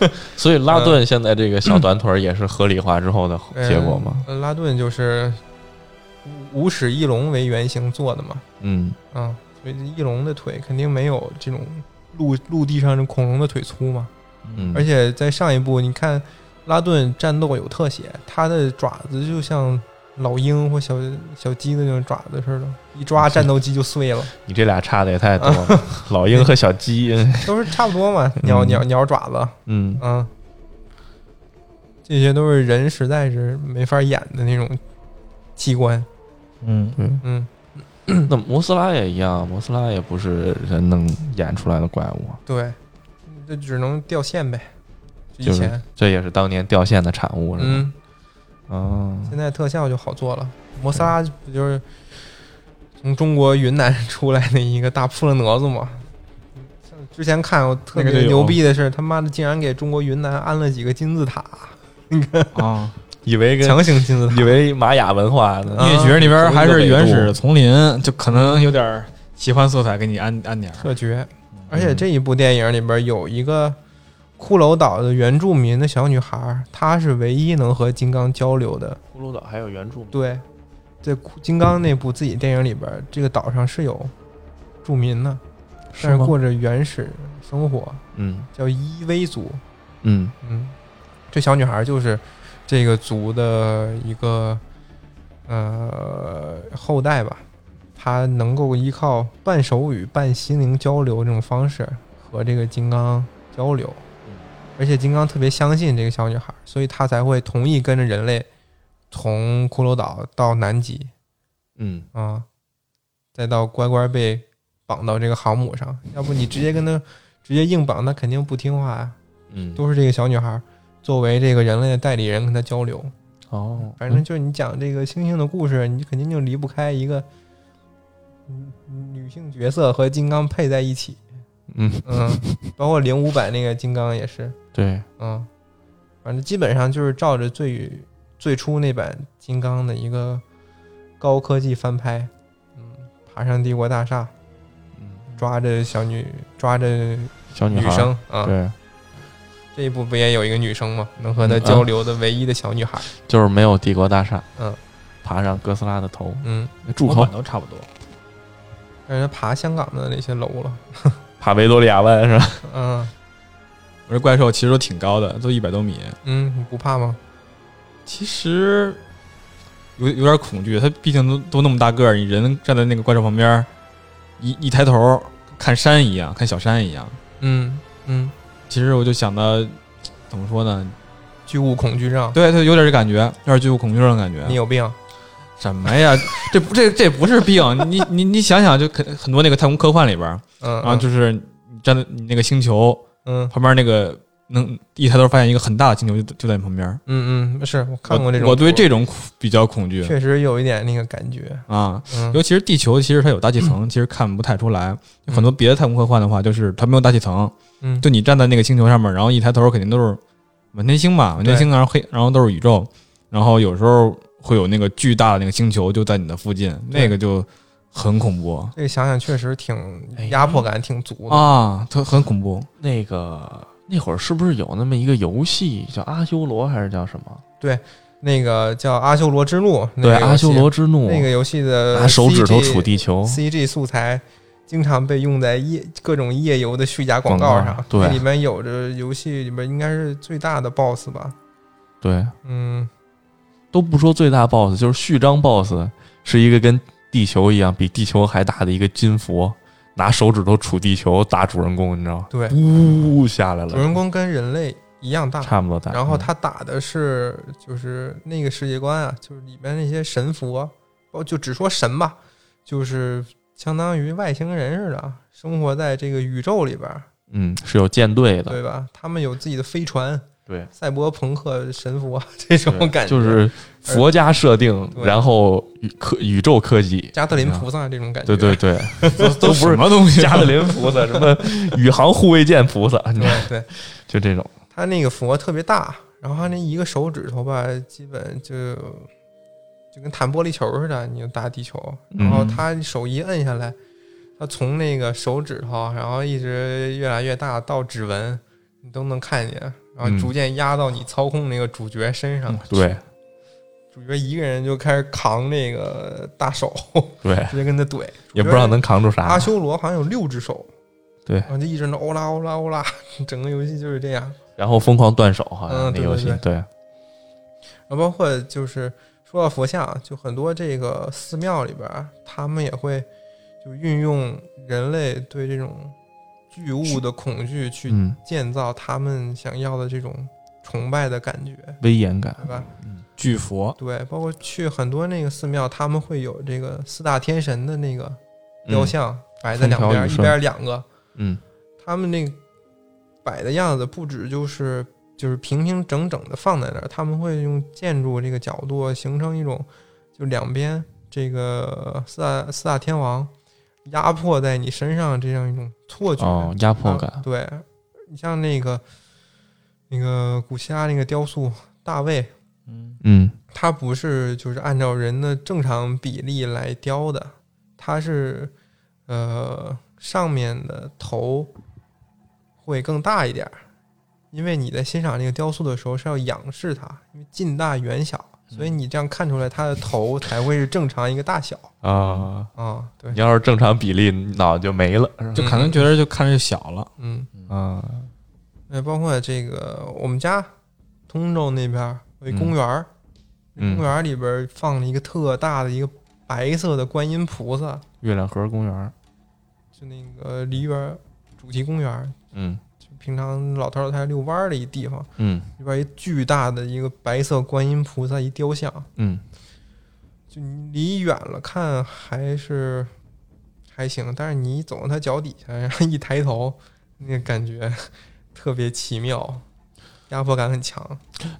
S3: 嗯所以拉顿现在这个小短腿儿也是合理化之后的结果吗？
S2: 呃拉顿就是无无齿翼龙为原型做的嘛，
S3: 嗯，
S2: 啊，所以这翼龙的腿肯定没有这种陆陆地上的恐龙的腿粗嘛。
S3: 嗯
S2: 而且在上一部，你看拉顿战斗有特写，它的爪子就像老鹰或小小鸡的那种爪子似的，一抓战斗机就碎了，
S3: 你这俩差的也太多
S2: 嗯
S3: 了， 老鹰和小 鸡。
S2: 都是差不多嘛， 鸟鸟鸟爪子，
S3: 嗯，
S2: 啊，这些都是人实在是没法演的那种器官，
S1: 嗯，
S3: 对，
S2: 嗯，
S3: 那摩斯拉也一样，摩斯拉也不是人能演出来的怪物啊，
S2: 对，那只能掉线呗。以
S3: 就是
S2: 前，
S3: 这也是当年掉线的产物，是吧？
S2: 嗯，
S3: 哦，
S2: 现在特效就好做了。摩斯拉不就是从中国云南出来的一个大扑棱蛾子吗？像之前看我特
S1: 那个
S2: 别
S1: 就有
S2: 牛逼的是，他妈的竟然给中国云南安了几个金字塔，
S1: 啊，
S3: 以为跟
S2: 强行金字塔。
S3: 以为玛雅文化呢，
S2: 啊
S1: 嗯灭绝那边还是原始丛林，就可能有点奇幻色彩，给你安安点儿。
S2: 特绝。而且这一部电影里边有一个骷髅岛的原住民的小女孩，她是唯一能和金刚交流的。
S3: 骷髅岛还有原著吗？
S2: 对，在骷金刚那部自己电影里边，这个岛上是有住民的，但
S3: 是
S2: 是
S3: 吗？
S2: 过着原始生活，
S3: 嗯
S2: 叫伊威族。
S3: 嗯，
S2: 嗯，这小女孩就是这个族的一个呃后代吧，她能够依靠半手语、半心灵交流这种方式和这个金刚交流
S3: 嗯，
S2: 而且金刚特别相信这个小女孩，所以她才会同意跟着人类从骷髅岛到南极
S3: 嗯，
S2: 啊，再到乖乖被绑到这个航母上，要不你直接跟她直接硬绑，那肯定不听话呀、啊
S3: 嗯，
S2: 都是这个小女孩儿作为这个人类的代理人跟她交流。
S3: 哦，
S2: 反正就是你讲这个猩猩的故事，你肯定就离不开一个嗯女性角色和金刚配在一起。
S3: 嗯，
S2: 嗯，包括零五版那个金刚也是，
S3: 对，
S2: 嗯，反正基本上就是照着最最初那版金刚的一个高科技翻拍，嗯，爬上帝国大厦，
S3: 嗯，
S2: 抓着小女，抓着
S3: 小女
S2: 女
S3: 孩儿，
S2: 生啊，
S3: 对，
S2: 这一部不也有一个女生吗？能和她交流的唯一的小女孩。
S3: 就是没有帝国大厦，
S2: 嗯，
S3: 爬上哥斯拉的头，
S2: 嗯，
S3: 住
S1: 模
S3: 口
S1: 板，都差不多。
S2: 让人爬香港的那些楼了。
S3: 爬维多利亚湾是吧？
S2: 嗯
S1: 我这怪兽其实都挺高的，都一百多米。
S2: 嗯，你不怕吗？
S1: 其实有有点恐惧，它毕竟都都那么大个儿，你人站在那个怪兽旁边儿，一一抬头看山一样，看小山一样。
S2: 嗯嗯，
S1: 其实我就想到，怎么说呢？
S2: 巨物恐惧症，
S1: 对对，有点这感觉，有点巨物恐惧症的
S3: 啊
S1: 感觉。
S2: 你有病？
S1: 什么呀？这不这这不是病，你你你想想，就很很多那个太空科幻里边儿，
S2: 嗯，
S3: 啊
S1: 然后就是你站在你那个星球
S2: 嗯
S1: 旁边那个，能一抬头发现一个很大的星球就就在你旁边儿。
S2: 嗯嗯，是我看过这种
S1: 我，我对
S2: 图
S1: 这种恐比较恐惧
S2: 确实有一点那个感觉。
S1: 啊。
S2: 嗯
S1: 尤其是地球，其实它有大气层，其实看不太出来。
S2: 嗯
S1: 很多别的太空科幻的话，就是它没有大气层，
S2: 嗯，
S1: 就你站在那个星球上面，然后一抬头肯定都是满天星嘛，满天星，然后黑，然后都是宇宙，然后有时候会有那个巨大的那个星球就在你的附近，
S2: 对
S1: 那个就很恐怖
S2: 这个想想确实
S3: 哎
S2: 挺压迫感挺足的。
S1: 啊，它很恐怖。
S3: 那个那会儿是不是有那么一个游戏叫阿修罗还是叫什么？
S2: 那个叫《阿修罗之怒》那
S3: 对，
S2: 个游戏，
S3: 阿修罗之怒，
S2: 那个游戏的
S3: 拿手指头杵
S2: CG
S3: 地球，
S2: CG 素材经常被用在夜各种夜游的虚假广告
S3: 广
S2: 上
S3: 告。对
S2: 那里面有着游戏里面应该是最大的 BOSS 吧？
S3: 对，
S2: 嗯，
S3: 都不说最大 BOSS，就是序章 BOSS 是一个跟地球一样，比地球还大的一个金佛，拿手指头杵地球打主人公，你知道吗？
S2: 对，
S3: 呜下来了，
S2: 主人公跟人类一样大，
S3: 差不多大。嗯
S2: 然后他打的是就是那个世界观啊，就是里面那些神佛，哦，就只说神吧，就是相当于外星人似的，生活在这个宇宙里边儿，
S3: 嗯是有舰队的，
S2: 对吧？他们有自己的飞船，
S3: 对，
S2: 赛博朋克神佛 这种感觉，
S3: 就是佛家设定，
S2: 对
S3: 然后宇科宇宙科技，
S2: 加特林菩萨这种感觉，
S3: 对对对，
S1: 都
S3: 不是
S1: 什么东西啊
S3: 加特林菩萨，什么宇航护卫舰菩萨，你知道吗，
S2: 对对，
S3: 就这种，
S2: 他那个佛特别大，然后他那一个手指头吧，基本就就跟弹玻璃球似的，你就打地球。
S3: 嗯
S2: 然后他手一摁下来，他从那个手指头，然后一直越来越大到指纹，你都能看见，然后
S3: 嗯
S2: 逐渐压到你操控那个主角身上。
S3: 对
S2: 主角一个人就开始扛那个大手，
S3: 对，
S2: 直接跟他怼。
S3: 也不知道能扛住啥
S2: 阿。修罗好像有六只手，
S3: 对
S2: 然后就一直能欧拉欧拉欧拉， 整个游戏就是这样。
S3: 然后疯狂断手，好像
S2: 嗯
S3: 那
S2: 对
S3: 游戏
S2: 对，
S3: 对，
S2: 然后包括就是说到佛像，就很多这个寺庙里边儿，他们也会就运用人类对这种巨物的恐惧去
S3: 嗯
S2: 建造他们想要的这种崇拜的感觉，
S3: 威严感，
S2: 对吧？
S1: 巨佛，
S2: 对，包括去很多那个寺庙，他们会有这个四大天神的那个嗯
S3: 嗯
S2: 雕像摆在两
S3: 风调
S2: 边，
S3: 雨
S2: 一
S3: 顺
S2: 边两个，
S3: 嗯
S2: 他们那个摆的样子不止就是就是平平整整的放在那儿，他们会用建筑这个角度形成一种，就两边这个四大四大天王压迫在你身上这样一种错觉。
S3: 哦，压迫感，
S2: 啊对你像那个那个古希腊那个雕塑大卫，
S1: 嗯，
S3: 嗯
S2: 它不是就是按照人的正常比例来雕的，它是呃上面的头会更大一点儿，因为你在欣赏那个雕塑的时候是要仰视它，因为近大远小，所以你这样看出来它的头才会是正常一个大小
S3: 啊，
S2: 啊。对
S3: 你，要是正常比例，脑就没了，是吧
S1: 就可能觉得就看着就小了，
S2: 嗯，
S3: 啊，
S2: 那包括这个我们家通州那边儿有一公园儿，
S3: 嗯
S2: 公园儿里边儿放了一个特大的一个白色的观音菩萨。
S3: 月亮河公园，
S2: 就那个梨园儿主题公园儿，
S3: 嗯
S2: 就平常老头儿老太太遛弯儿的一地方，
S3: 嗯
S2: 里边儿一巨大的一个白色观音菩萨一雕像，
S3: 嗯，
S2: 就你离远了看还是还行，但是你一走到他脚底下，然后一抬头，那个感觉特别奇妙，压迫感很强。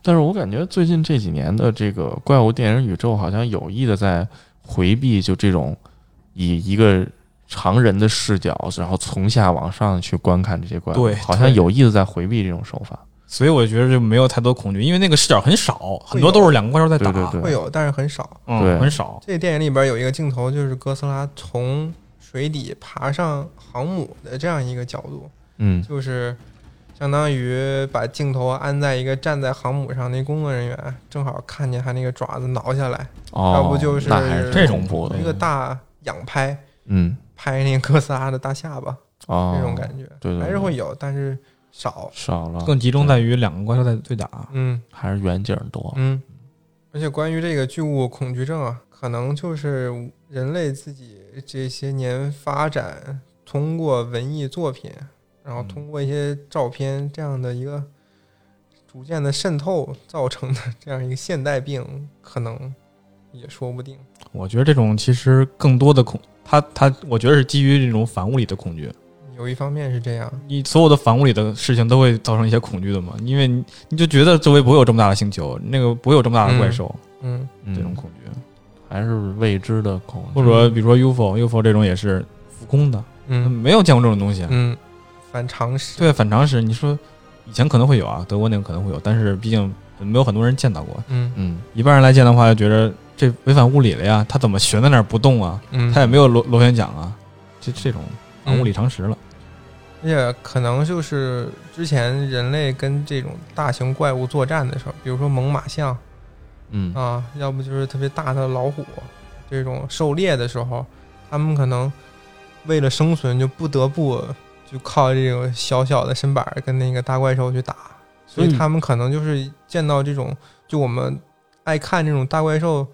S3: 但是我感觉最近这几年的这个怪物电影宇宙，好像有意的在回避，就这种以一个常人的视角，然后从下往上去观看这些怪物，
S1: 对
S3: 好像有意的在回避这种手法。
S1: 所以我觉得就没有太多恐惧，因为那个视角很少，很多
S2: 有
S1: 都是两个怪兽在打，
S3: 对对对
S2: 会有，但是很少。
S3: 对
S1: 嗯，很少，
S2: 这电影里边有一个镜头，就是哥斯拉从水底爬上航母的这样一个角度，
S3: 嗯
S2: 就是相当于把镜头安在一个站在航母上那工作人员，正好看见他那个爪子挠下来，
S3: 哦，
S2: 要不就是
S3: 那还是
S1: 哎这
S3: 恐
S1: 种
S3: 怖的
S2: 一个大仰拍
S3: 嗯
S2: 拍那个哥斯拉的大下巴，
S3: 哦
S2: 这种感觉
S3: 对对对
S2: 还是会有，但是少。
S3: 少了，
S1: 更集中在于两个怪兽在对打，
S2: 嗯
S3: 还是远景多。
S2: 嗯，而且关于这个巨物恐惧症啊，可能就是人类自己这些年发展，通过文艺作品，然后
S3: 嗯
S2: 通过一些照片这样的一个逐渐的渗透造成的这样一个现代病，可能也说不定。
S1: 我觉得这种其实更多的恐，它它，我觉得是基于这种反物理的恐惧。
S2: 有一方面是这样，
S1: 你所有的反物理的事情都会造成一些恐惧的嘛，因为你你就觉得周围不会有这么大的星球，那个不会有这么大的怪兽，
S2: 嗯
S3: 嗯
S1: 这种恐惧，
S3: 还是未知的恐惧，
S1: 或者比如说 UFO，UFO 这种也是浮空的，
S2: 嗯
S1: 没有见过这种东西。
S2: 嗯，反常识。
S1: 对，反常识，你说以前可能会有啊，德国那个可能会有，但是毕竟没有很多人见到过，
S2: 嗯
S3: 嗯
S1: 一般人来见的话就觉得这违反物理了呀，它怎么悬在那儿不动啊？
S2: 嗯，
S1: 它也没有螺螺旋桨啊，这这种
S3: 嗯
S1: 反物理常识了。
S2: 而且可能就是之前人类跟这种大型怪物作战的时候，比如说猛犸象
S3: 嗯
S2: 啊，要不就是特别大的老虎，这种狩猎的时候，他们可能为了生存就不得不就靠这种小小的身板儿跟那个大怪兽去打，所以
S3: 嗯
S2: 他们可能就是见到这种就我们爱看这种大怪兽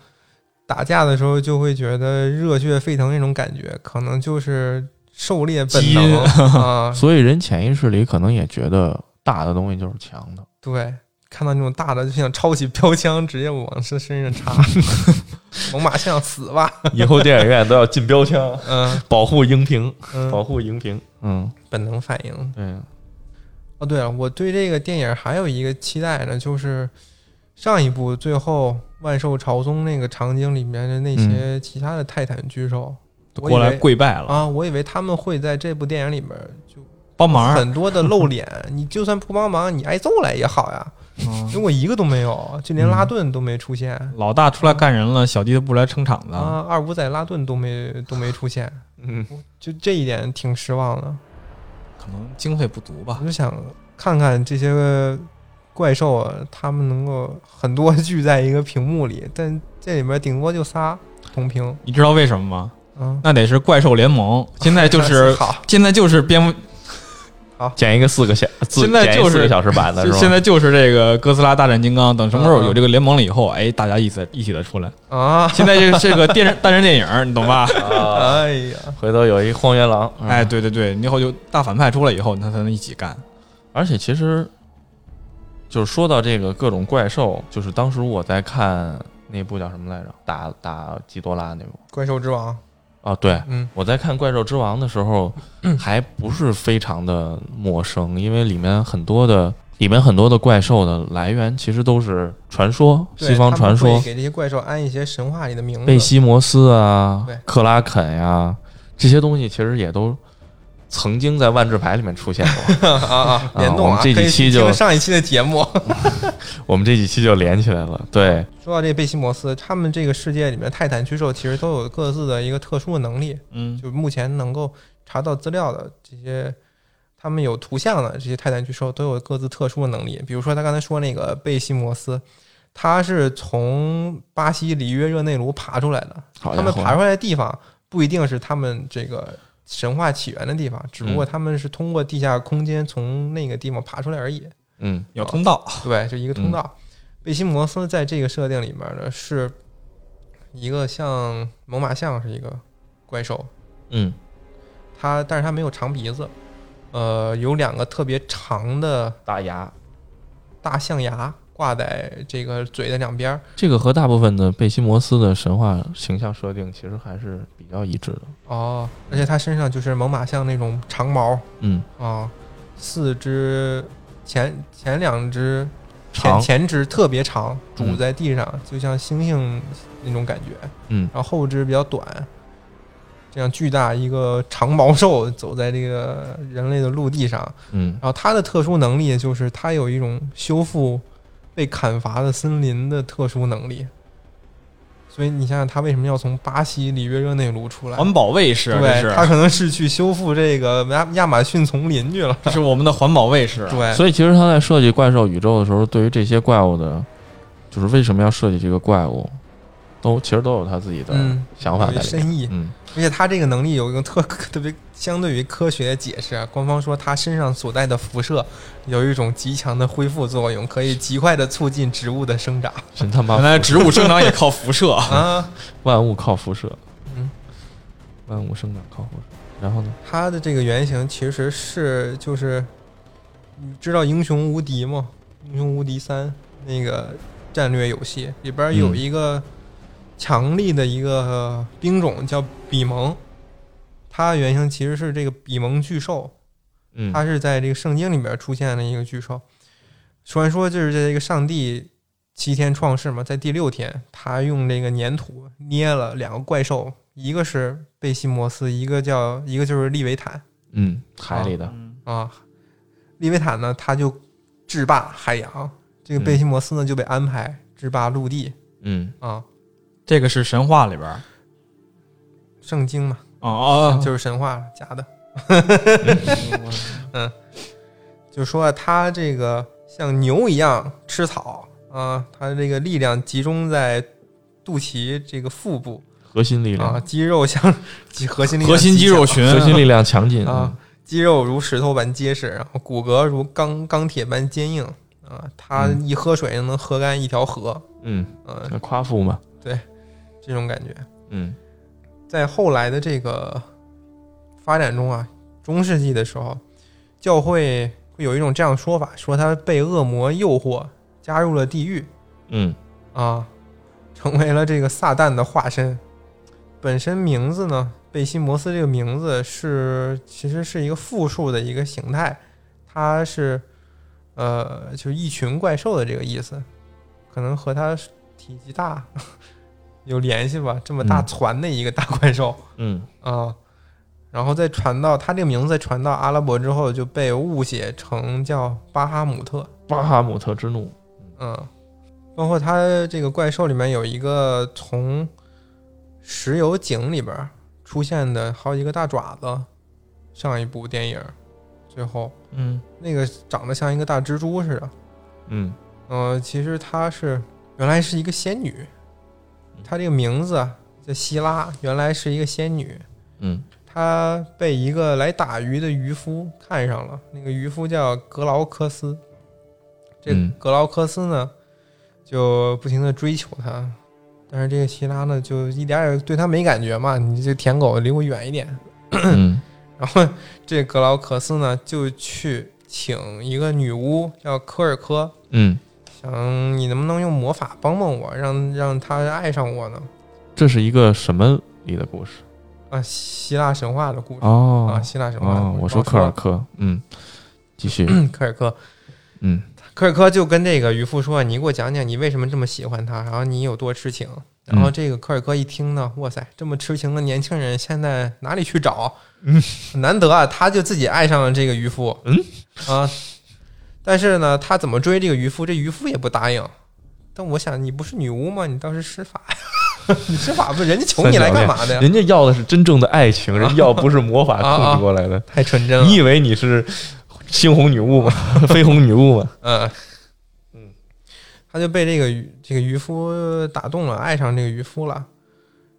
S2: 打架的时候，就会觉得热血沸腾那种感觉，可能就是狩猎本
S1: 基因
S2: 能啊，
S3: 所以人潜意识里可能也觉得大的东西就是强的，
S2: 对，看到那种大的就想抄起标枪直接往身身上 插，猛犸象死吧！
S3: 以后电影院都要进标枪，
S2: 嗯
S3: 保护荧屏，
S2: 嗯，
S3: 护荧屏。嗯，
S2: 本能反应。
S3: 对，
S2: 哦，对了，我对这个电影还有一个期待呢，就是上一部最后万寿朝宗那个场景里面的那
S1: 嗯
S2: 些其他的泰坦巨兽。
S1: 都
S2: 我
S1: 过
S2: 以
S1: 来
S2: 为
S1: 跪拜了，
S2: 啊，我以为他们会在这部电影里面就
S1: 帮忙儿。
S2: 很多的露脸，你就算不帮忙，你挨揍来也好呀。
S1: 嗯
S2: 结果一个都没有，就连
S3: 嗯
S2: 拉顿都没出现。
S1: 老大出来干人了，小弟都不来撑场子。
S2: 啊，二五仔拉顿都没都没出现，
S3: 嗯
S2: 就这一点挺失望的。
S1: 可能经费不足吧
S2: 我。就想看看这些怪兽啊，他们能够很多聚在一个屏幕里，但这里面顶多就仨同屏。
S1: 你知道为什么吗？
S2: 嗯，
S1: 那得是怪兽联盟，现在就 是
S2: 好，
S1: 现在就是蝙蝠，
S3: 剪一个四个小，自
S1: 现在就是
S3: 剪一四个小时版的是吧？啊
S1: 现在就是这个哥斯拉大战金刚。等什么时候
S2: 嗯嗯
S1: 有这个联盟了以后，哎，大家一起一起的出来。
S2: 啊，
S1: 现在这个这个电视单人电影，你懂吧？
S3: 啊，
S2: 哎呀，
S3: 回头有一荒原狼，嗯
S1: 哎，，对对对，你以后就大反派出来以后，他才能一起干。
S3: 而且其实就是说到这个各种怪兽，就是当时我在看那部叫什么来着，打打基多拉那部
S2: 怪兽之王，
S3: 啊，对，
S2: 嗯，
S3: 我在看《怪兽之王》的时候，还不是非常的陌生，因为里面很多的里面很多的怪兽的来源其实都是传说，
S2: 对
S3: 西方传
S2: 他们
S3: 说
S2: 会，给这些怪兽安一些神话里的名字，
S3: 贝西摩斯啊
S2: 对、
S3: 克拉肯呀、这些东西，其实也都曾经在万智牌里面出现 过。
S2: 啊啊，联动
S3: 我
S2: 啊，
S3: 们这
S2: 可以
S3: 几期
S2: 去
S3: 就
S2: 听上一期的节目。
S3: 我们这几期就连起来了，对，
S2: 说到这贝西摩斯，他们这个世界里面泰坦巨兽其实都有各自的一个特殊的能力，
S1: 嗯，
S2: 就目前能够查到资料的这些，他们有图像的这些泰坦巨兽都有各自特殊的能力。比如说他刚才说那个贝西摩斯，他是从巴西里约热内卢爬出来的，
S3: 好
S2: 他
S3: 家
S2: 们爬
S3: 伙，
S2: 出来的地方不一定是他们这个神话起源的地方，只不
S3: 嗯
S2: 过他们是通过地下空间从那个地方爬出来而已。
S3: 嗯，
S1: 有通道，
S2: 对，就一个通道。贝西摩斯在这个设定里面呢，是一个像猛犸象是一个怪兽，
S3: 嗯，
S2: 它但是它没有长鼻子，呃，有两个特别长的
S3: 大牙，
S2: 大象牙挂在这个嘴的两边儿。
S3: 这个和大部分的贝西摩斯的神话形象设定其实还是比较一致的，
S2: 哦，而且它身上就是猛犸象那种长毛
S3: 嗯，
S2: 啊、四肢前前两只前
S3: 长，
S2: 前肢特别长，拄
S3: 嗯
S2: 在地上，就像猩猩那种感觉。
S3: 嗯
S2: 然后后肢比较短，这样巨大一个长毛兽走在这个人类的陆地上。
S3: 嗯
S2: 然后它的特殊能力就是它有一种修复被砍伐的森林的特殊能力。所以你想想，它为什么要从巴西里约热内卢出来？
S1: 环保卫士，
S3: 啊
S1: 啊这
S2: 对，它
S1: 是
S2: 可能是去修复这个亚亚马逊丛林去了。
S1: 这是我们的环保卫士，啊
S2: 对，
S3: 所以其实他在设计怪兽宇宙的时候，对于这些怪物的，就是为什么要设计这个怪物，都其实都有他自己的
S2: 嗯
S3: 想法
S2: 有一
S3: 在里面。
S2: 深意。
S3: 嗯，
S2: 而且他这个能力有一个特 特别相对于科学的解释啊，官方说他身上所带的辐射有一种极强的恢复作用，可以极快的促进植物的生长，
S3: 真他妈
S1: 原来植物生长也靠辐射
S2: 啊。
S3: 万物靠辐射，
S2: 嗯，
S3: 万物生长靠辐射。然后呢？
S2: 他的这个原型其实是就是，你知道《英雄无敌》吗？《英雄无敌三》那个战略游戏里边有
S3: 嗯
S2: 一个强力的一个兵种叫比蒙，它原型其实是这个比蒙巨兽。
S3: 嗯
S2: 它是在这个圣经里面出现的一个巨兽。传说就是这个上帝七天创世嘛，在第六天，他用这个粘土捏了两个怪兽，一个是贝西摩斯，一个叫一个就是利维坦
S3: 嗯，海里的，
S1: 嗯
S2: 啊。利维坦呢，他就制霸海洋，这个贝
S1: 嗯
S2: 西摩斯呢就被安排制霸陆地
S3: 嗯，
S2: 啊。
S1: 这个是神话里边儿，
S2: 圣经嘛，
S1: 哦哦，
S2: 就是神话假的。
S1: 嗯
S2: 嗯就说他这个像牛一样吃草啊，他这个力量集中在肚脐这个腹部
S3: 核心力量，
S2: 啊，肌肉像 肌核心力量
S1: 核心肌肉群，
S3: 核心力量强劲
S2: 啊，肌肉如石头般结实，然后骨骼如钢钢铁般坚硬啊，他
S3: 嗯
S2: 一喝水就能喝干一条河，
S3: 嗯，
S2: 嗯、
S3: 嗯那夸父嘛，
S2: 这种感觉。
S3: 嗯
S2: 在后来的这个发展中啊，中世纪的时候，教会会有一种这样的说法，说他被恶魔诱惑，加入了地狱。
S3: 嗯，
S2: 啊，成为了这个撒旦的化身。本身名字呢，贝西摩斯这个名字是其实是一个复数的一个形态，它是呃就是一群怪兽的这个意思，可能和它体积大 有联系吧。这么大
S3: 嗯
S2: 船的一个大怪兽
S3: 嗯
S2: 啊，然后再传到它这个名字传到阿拉伯之后，就被误写成叫巴哈姆特。
S3: 巴哈姆特之怒，
S2: 嗯，包括它这个怪兽里面有一个从石油井里边儿出现的，还有一个大爪子，上一部电影儿最后
S1: 嗯，
S2: 那个长得像一个大蜘蛛似的。
S3: 嗯
S2: 嗯、其实她是原来是一个仙女，她这个名字啊叫希拉，原来是一个仙女。
S3: 嗯
S2: 她被一个来打鱼的渔夫看上了，那个渔夫叫格劳克斯。这
S3: 嗯
S2: 格劳克斯呢，就不停的追求她，但是这个希拉呢，就一点儿也对她没感觉嘛，你这舔狗离我远一点。
S3: 嗯
S2: 然后这格劳克斯呢，就去请一个女巫叫科尔科
S3: 嗯，
S2: 想你能不能用魔法帮帮我，让让他爱上我呢？
S3: 这是一个什么里的故事？
S2: 啊，希腊神话的故事、
S3: 哦
S2: 啊，希腊神话的故
S3: 哦
S2: 事。，
S3: 我说
S2: 忘
S3: 科尔
S2: 了
S3: 克，嗯，继 续，
S2: 科尔克，
S3: 嗯，
S2: 科尔克就跟这个渔夫说：“你给我讲讲你为什么这么喜欢他，然后你有多痴情。”然后这个科尔克一听呢，哇塞，这么痴情的年轻人现在哪里去找？嗯，难得啊，他就自己爱上了这个渔夫。嗯啊，但是呢，他怎么追这个渔夫？这渔夫也不答应。但我想，你不是女巫吗？你倒是施法呀！ 你施法不？人家求你来干嘛的呀？
S3: 人家要的是真正的爱情，人家要不是魔法
S2: 啊
S3: 控制过来的。
S2: 太纯真了
S3: 你。以为你是猩红女巫吗？绯红女巫吗？
S2: 嗯，他就被这个渔这个渔夫呃打动了，爱上这个渔夫了。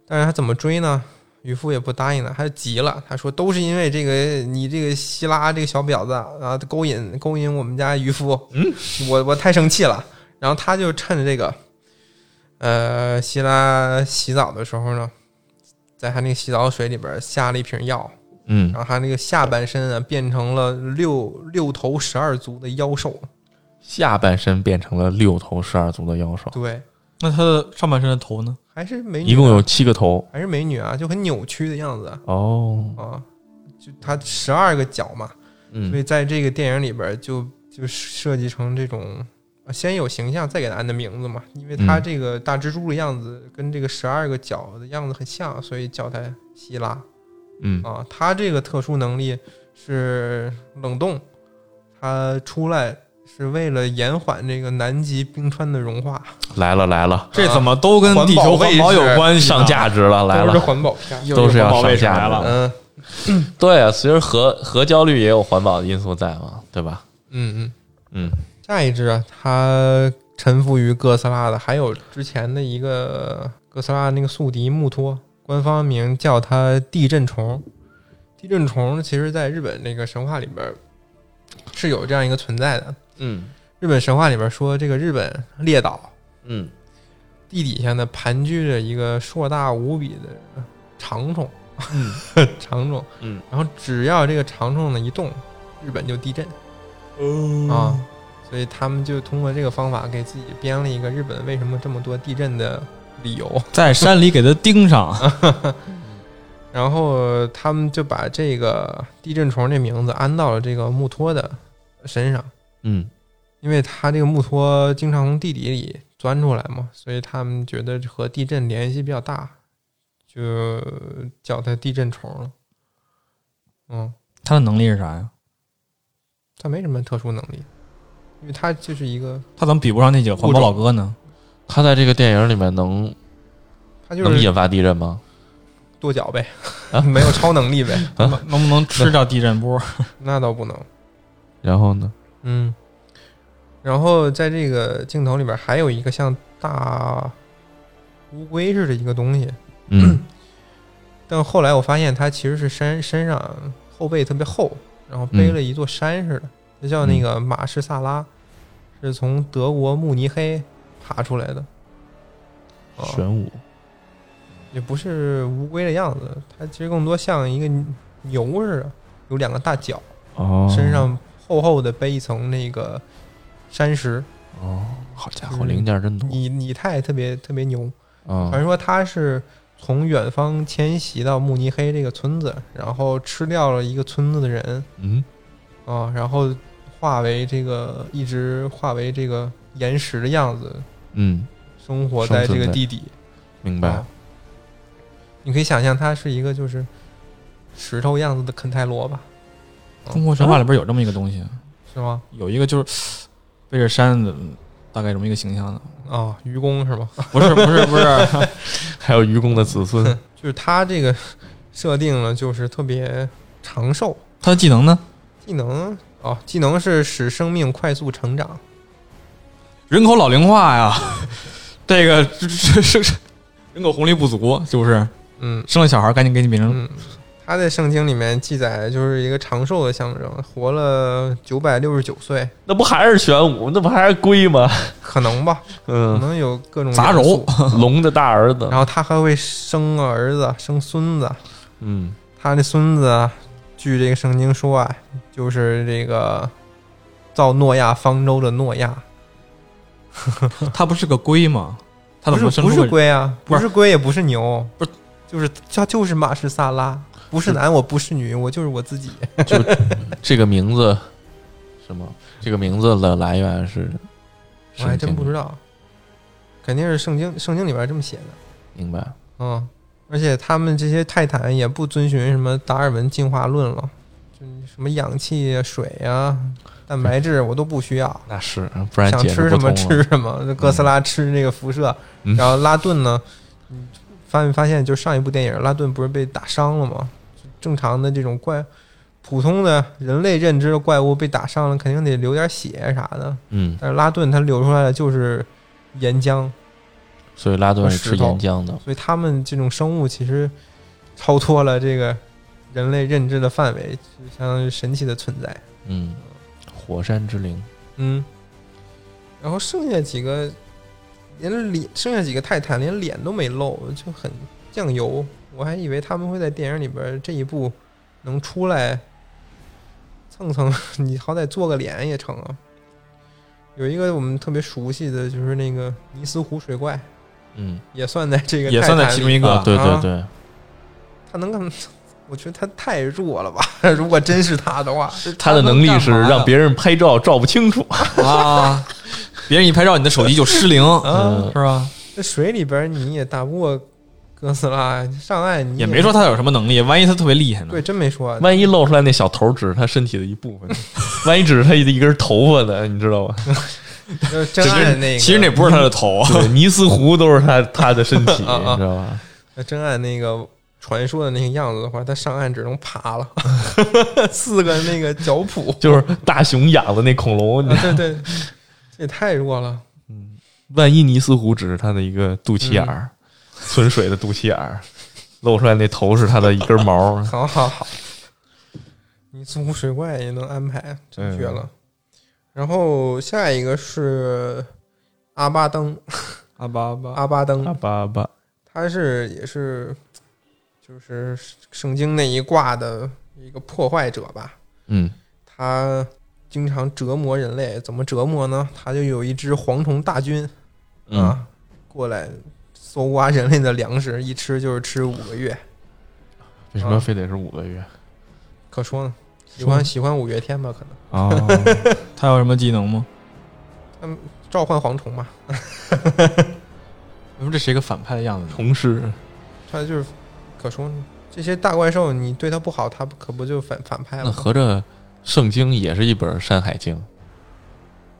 S2: 但是他怎么追呢？渔夫也不答应了，他就急了。他说：“都是因为这个你这个希拉这个小婊子啊，勾引勾引我们家渔夫，嗯，我我太生气了。”然后他就趁着这个，呃，希拉洗澡的时候呢，在他那个洗澡水里边下了一瓶药，
S3: 嗯
S2: 然，后他那个下半身啊变成了六六头十二足的妖兽，
S3: 下半身变成了六头十二足的妖兽，
S2: 对，
S1: 那他的上半身的头呢？
S2: 还是美女，啊
S3: 一共有七个头。
S2: 还是美女啊，就很扭曲的样子
S3: 哦，
S2: 啊，就她十二个角嘛，所
S3: 嗯
S2: 以在这个电影里边儿就就设计成这种，啊先有形象再给她安的名字嘛，因为她
S3: 嗯
S2: 这个大蜘蛛的样子跟这个十二个角的样子很像，所以叫她希拉
S3: 嗯
S2: 啊。她这个特殊能力是冷冻，她出来是为了延缓这个南极冰川的融化，
S3: 来了来了，
S1: 这怎么都跟地球环保有关系呢？
S3: 上价值了来
S2: 啊都是
S3: 了，
S2: 环保片儿。
S1: 又
S3: 都是要
S1: 环保卫
S3: 上
S1: 士来
S3: 价值
S1: 了。
S2: 嗯
S3: 对啊，其实核核焦虑也有环保的因素在嘛，对吧？
S2: 嗯嗯。
S3: 嗯，
S2: 下一只啊，它臣服于哥斯拉的，还有之前的一个哥斯拉那个宿敌木托，官方名叫它地震虫。地震虫其实在日本那个神话里边儿是有这样一个存在的。
S3: 嗯
S2: 日本神话里边儿说，这个日本列岛
S3: 嗯，
S2: 地底下呢盘踞着一个硕大无比的长虫， 长虫，
S3: 嗯，
S2: 然后只要这个长虫呢一动，日本就地震。啊，所以他们就通过这个方法给自己编了一个日本为什么这么多地震的理由。
S1: 在山里给他钉上，
S2: 然后他们就把这个地震虫这名字安到了这个木托的身上，
S3: 嗯
S2: 因为他这个木托经常从地底里钻出来嘛，所以他们觉得和地震联系比较大，就叫它地震虫了。嗯，
S1: 他的能力是啥呀？
S2: 它没什么特殊能力，因为它就是一个，
S1: 他怎么比不上那几个环保老哥呢？
S3: 他在这个电影里面能
S2: 它就
S3: 能
S2: 是
S3: 引发地震吗？
S2: 跺脚呗，
S3: 啊
S2: 没有超能力呗，
S1: 能能不能吃掉地震波？
S2: 那倒不能。
S3: 然后呢？
S2: 嗯，然后在这个镜头里边还有一个像大乌龟似的一个东西，
S3: 嗯
S2: 但后来我发现它其实是身身上后背特别厚，然后背了一座山似的，它叫那个马士萨拉，是从德国慕尼黑爬出来的。啊，
S3: 玄武，
S2: 也不是乌龟的样子，它其实更多像一个牛似的，有两个大角，
S3: 哦，
S2: 身上厚厚的背一层那个山石。
S3: 哦，好家伙，零件真多
S2: 拟拟态特别特别牛。
S3: 啊！
S2: 传说他是从远方迁徙到慕尼黑这个村子，然后吃掉了一个村子的人
S3: 嗯，
S2: 啊，然后化为这个一直化为这个岩石的样子，
S3: 嗯，
S2: 生活在这
S3: 生
S2: 个
S3: 存在
S2: 地底。
S3: 明白
S2: 啊。你可以想象，它是一个就是石头样子的肯泰罗吧，
S1: 中国神话里边有这么一个东西，
S2: 是吗？
S1: 有一个就是背着山的，大概这么一个形 象的。
S2: 啊，愚公是吗？
S1: 不是不是不是，
S3: 还有愚公的 子孙，
S2: 就是它这个设定了，就是特别长寿。
S1: 他的技能呢？
S2: 技能哦，技能是使生命快速成长。
S1: 人口老龄化呀， 这个 这这这这人口红利不足，就是
S2: 嗯
S1: 生了小孩赶紧给你变成
S2: 嗯，他在圣经里面记载就是一个长寿的象征，活了九百六十九岁，
S3: 那不还是玄武？那不还是龟吗？
S2: 可能吧，可
S3: 嗯，
S2: 能有各种
S1: 杂
S2: 元
S1: 糅
S2: 素。
S3: 龙的大儿子
S2: 嗯
S1: 嗯
S2: 然。后他还会生儿子、生孙子。
S3: 嗯，
S2: 他的孙子啊，据这个圣经说啊，就是这个造诺亚方舟的诺亚，
S1: 它不是个龟吗？它
S2: 不
S1: 怎么
S2: 是
S1: 生
S2: 不
S1: 出
S2: 是
S1: 个？
S2: 龟啊，
S1: 不
S2: 不
S1: 是
S2: 是龟也不是牛，
S1: 不是
S2: 就是它就是马士萨拉，不是男我不是女，我就是我自己。
S3: 这个名字什么？这个名字的来源是？
S2: 我还真不知
S3: 道。
S2: 道，肯定是圣经圣经里边这么写的。
S3: 明白。
S2: 嗯，而且他们这些泰坦也不遵循什么达尔文进化论了，就什么氧气啊、水啊、蛋白质我都不需要，
S3: 那是，啊不然
S2: 啊想
S3: 解
S2: 吃
S3: 释
S2: 什
S3: 不
S2: 么
S3: 通啊了。
S2: 吃什么。那哥斯拉吃那个辐射，
S3: 嗯
S2: 然后拉顿呢，嗯发没发现就上一部电影拉顿不是被打伤了吗？正常的这种怪。普通的人类认知的怪物被打伤了，肯定得流点血啥的。
S3: 嗯，
S2: 但是拉顿他流出来的就是岩浆，
S3: 所以拉顿是吃
S2: 石头
S3: 岩浆的。
S2: 所以他们这种生物其实超脱了这个人类认知的范围，就相当于神奇的存在。
S3: 嗯，火山之灵。
S2: 嗯，然后剩下几个连脸，剩下几个泰坦连脸都没露，就很酱油。我还以为他们会在电影里边这一部能出来蹭蹭， 你好歹做个脸也成啊。有一个我们特别熟悉的就是那个尼斯湖水怪，
S3: 嗯，
S2: 也算在这个
S1: 也算在
S2: 泰坦
S1: 其
S2: 里
S1: 中一个。
S3: 啊对
S2: 啊
S3: 对对，
S2: 他能干？我觉得他太弱了吧！ 如果真是他的话，
S3: 他的能力是让别人拍照照不清楚。
S1: 啊，别人一拍照，你的手机就失灵，嗯
S2: 啊，
S3: 嗯
S1: 是吧？
S2: 这水里边你也打不过哥斯拉，上岸你
S1: 也没说他有什么能力，万一他特别厉害呢
S2: 对，？真没说。啊
S3: 万一露出来那小头只是他身体的一部分，万一只是他一根头发的，你知道吧？
S2: 就是真爱那个，
S1: 其实那不是他的头，
S3: 对，尼斯湖都是他他的身体，你知
S2: 啊啊
S3: 道吧？
S2: 那真按那个传说的那个样子的话，他上岸只能爬 了，四个那个脚蹼。
S3: 就是大熊养的那恐龙，你
S2: 啊对对，这也太弱了。，
S3: 万一尼斯湖只是他的一个肚脐眼儿，嗯存水的肚脐眼儿，露出来那头是他的一根毛
S2: 好好好，你似乎水怪也能安排，真绝
S1: 嗯
S2: 了。然后下一个是阿巴登，
S1: 阿巴阿巴
S2: 阿巴登
S3: 阿，巴阿巴，
S2: 他是也是就是圣经那一卦的一个破坏者吧。
S3: 嗯，
S2: 他经常折磨人类，怎么折磨呢？他就有一支蝗虫大军
S3: 嗯
S2: 啊、过来搜刮人类的粮食，一吃就是吃五个月。
S3: 为什么非得是五个月
S2: 可说呢，喜欢喜欢五月天吧？可能
S3: 啊？
S1: 他有什么技能吗？
S2: 召唤蝗虫嘛，
S1: 你说这是一个反派的样子呢？
S3: 同事，
S2: 他就是可说呢。这些大怪兽，你对他不好，他不可不就反反派了
S3: 那
S2: 吗？
S3: 合着《圣经》也是一本《山海经》，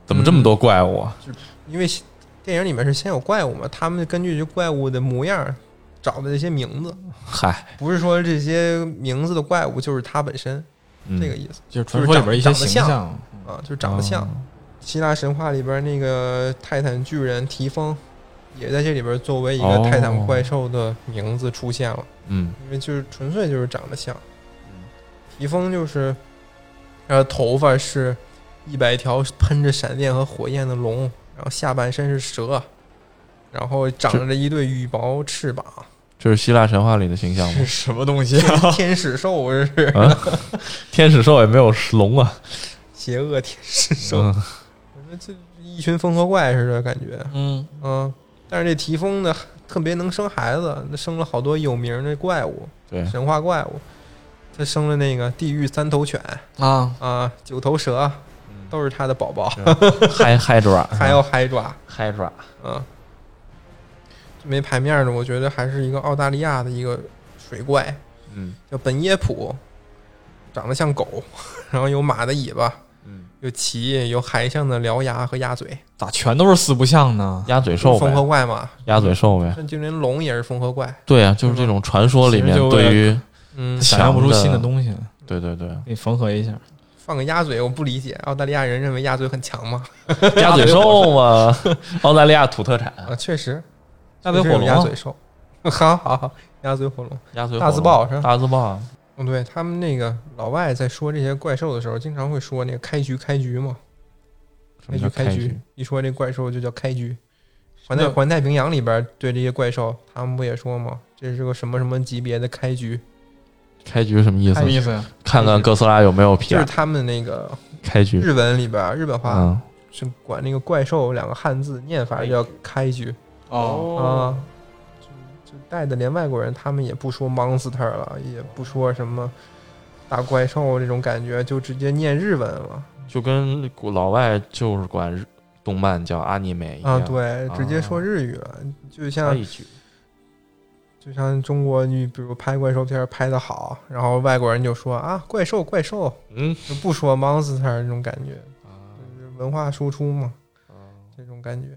S3: 怎么这么多怪物
S2: 嗯
S3: 啊？
S2: 因为电影里面是先有怪物嘛，他们根据这怪物的模样找的这些名字，
S3: 嗨，
S2: 不是说这些名字的怪物就是它本身，
S3: 嗯
S2: 这个意思
S1: 就是传说里边一些形
S2: 就是长
S1: 象，
S2: 啊，就是长得像。
S3: 哦
S2: 希腊神话里边那个泰坦巨人提丰，也在这里边作为一个
S3: 哦
S2: 泰坦怪兽的名字出现了，
S3: 嗯
S2: 因为就是纯粹就是长得像。提丰就是，呃，头发是一百条喷着闪电和火焰的龙，然后下半身是蛇，然后长着一对羽毛翅膀，
S3: 这是希腊神话里的形象吗？
S1: 什么东西啊
S2: 天使兽这是
S3: 啊， 天使兽也没有龙啊，
S2: 邪恶天使兽。
S3: 嗯
S2: 我说这一群缝合怪似的感觉，
S1: 嗯，
S2: 嗯，但是这提丰呢特别能生孩子，那生了好多有名的怪物，
S3: 对，
S2: 神话怪物，他生了那个地狱三头犬
S1: 啊，
S2: 啊，九头蛇
S3: 嗯
S2: 都是他的宝宝，
S3: 嗨嗨爪，
S2: 还有海爪，
S3: 嗨爪，
S2: 嗯，这没牌面的，我觉得还是一个澳大利亚的一个水怪，
S3: 嗯
S2: 叫本耶普，长得像狗， 然后有马的尾巴，
S3: 嗯，
S2: 有鳍，有海象的獠牙和鸭嘴，
S1: 咋全都是四不像呢？
S3: 鸭嘴兽
S2: 缝合
S3: 呗，
S2: 怪嘛，
S3: 鸭嘴兽呗，
S2: 那就连龙也是缝合怪，
S3: 对啊，就是这种传说里
S1: 其
S3: 面
S1: 实就为了
S3: 对于，
S2: 嗯，
S1: 想象不出新的东西，
S3: 对对对，
S1: 给你缝合一下。
S2: 放个鸭嘴，我不理解，澳大利亚人认为鸭嘴很强吗？
S3: 鸭嘴兽嘛， 澳大利亚土特产，
S2: 啊，确实，
S1: 鸭嘴
S2: 确
S1: 火
S2: 实有
S1: 龙
S2: 鸭
S1: 啊
S2: 嘴兽， 好好好，鸭嘴火龙。
S3: 鸭嘴
S2: 大
S3: 火
S2: 字
S3: 龙
S2: 报是吧
S3: 大字报，啊
S2: 嗯，对他们那个老外在说这些怪兽的时候，经常会说那个开局开局嘛，
S3: 什
S2: 开
S3: 么
S2: 局
S3: 叫
S2: 开
S3: 开
S2: 局
S3: 局？，
S2: 一说这怪兽就叫开局。环
S1: 什
S2: 太
S1: 么
S2: 环太平洋里边对这些怪兽，他们不也说吗？这是个什么什么级别的开局，
S3: 开局什么意思
S1: 什？么意思呀？
S3: 看看哥斯拉有没有皮
S2: 就是
S3: 儿？
S2: 他们那个
S3: 开局
S2: 日文里边日本话
S3: 嗯，哎
S2: 是管那个怪兽两个汉字念法叫开局
S1: 哦，
S2: 啊，就就带的连外国人他们也不说 monster 了，也不说什么大怪兽这种感觉，就直接念日文了
S3: 就跟古老外就是管日动漫叫阿尼美一
S2: 啊，
S3: 样，
S2: 对，直接说日语了，就像
S3: 插一句，
S2: 就像中国你比如拍怪兽片拍的好，然后外国人就说啊怪兽怪兽，
S3: 嗯，
S2: 就不说 monster 那种感觉，
S3: 啊
S2: 就是文化输出嘛，
S3: 啊
S2: 这种感觉。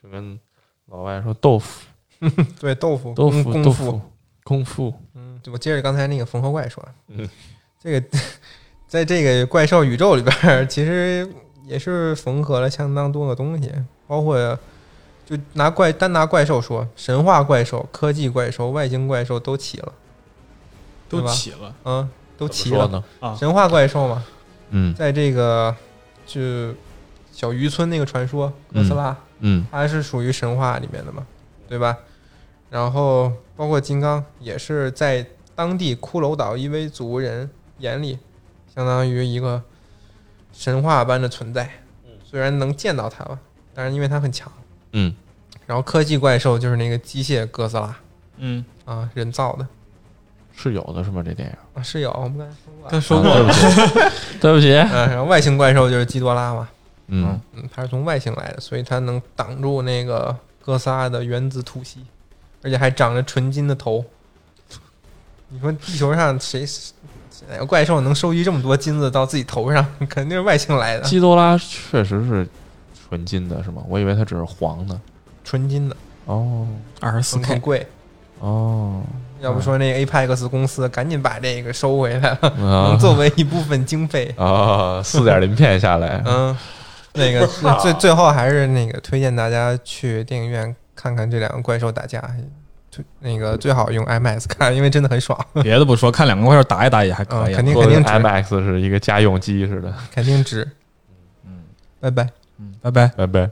S3: 就跟老外说豆腐，
S2: 对豆腐，
S3: 豆
S2: 哦功
S3: 腐，
S2: 功
S3: 豆
S2: 夫
S3: 腐，功夫，
S2: 嗯，我接着刚才那个缝合怪说，
S3: 嗯，
S2: 这个在这个怪兽宇宙里边儿，其实也是缝合了相当多的东西，包括就拿怪单拿怪兽说，神话怪兽、科技怪兽、外星怪兽都齐了，
S1: 都
S2: 对吧
S1: 起了
S2: 嗯，都
S3: 怎
S2: 齐
S3: 么说
S2: 了。
S3: 呢？
S1: 啊，
S2: 神话怪兽嘛，
S3: 嗯
S2: 在这个就小渔村那个传说，哥斯拉，
S3: 嗯
S2: 它是属于神话里面的嘛，对吧？然后包括金刚也是在当地骷髅岛伊维族人眼里，相当于一个神话般的存在。虽然能见到它吧，但是因为它很强。
S3: 嗯，
S2: 然后科技怪兽就是那个机械哥斯拉
S1: 嗯，
S2: 啊，人造的
S3: 是有的，是吗？这电影？
S2: 啊，是有我们刚才说过
S1: 刚
S2: 了。
S1: 说过
S3: 啊对
S1: 了，
S3: 不起，对不起，
S2: 嗯、然后外星怪兽就是基多拉嘛，
S3: 嗯，
S2: 嗯，它是从外星来的，所以它能挡住那个哥斯拉的原子吐息，而且还长着纯金的头。你说地球上谁哪个怪兽能收集这么多金子到自己头上？肯定是外星来的，
S3: 基多拉确实是纯金的，是吗？我以为它只是黄的。
S2: 纯金的，
S3: 哦
S1: 二十四
S2: 很
S1: K，
S2: 贵。
S3: 哦，
S2: 要不说那 Apex E 公司赶紧把这个收回来了，
S3: 啊
S2: 作为一部分经费。
S3: 啊，四点零片下来，
S2: 嗯，那个最最后还是那个推荐大家去电影院看看这两个怪兽打架，最那个最好用 IMAX 看，因为真的很爽。
S1: 别的不说，看两个怪兽打一打也还可以啊，
S2: 嗯肯定
S3: 说的
S2: 值
S3: IMAX 是一个家用机似的。
S2: 肯定值。
S1: 嗯，
S2: 拜拜。
S1: 嗯，拜拜。
S3: 拜拜。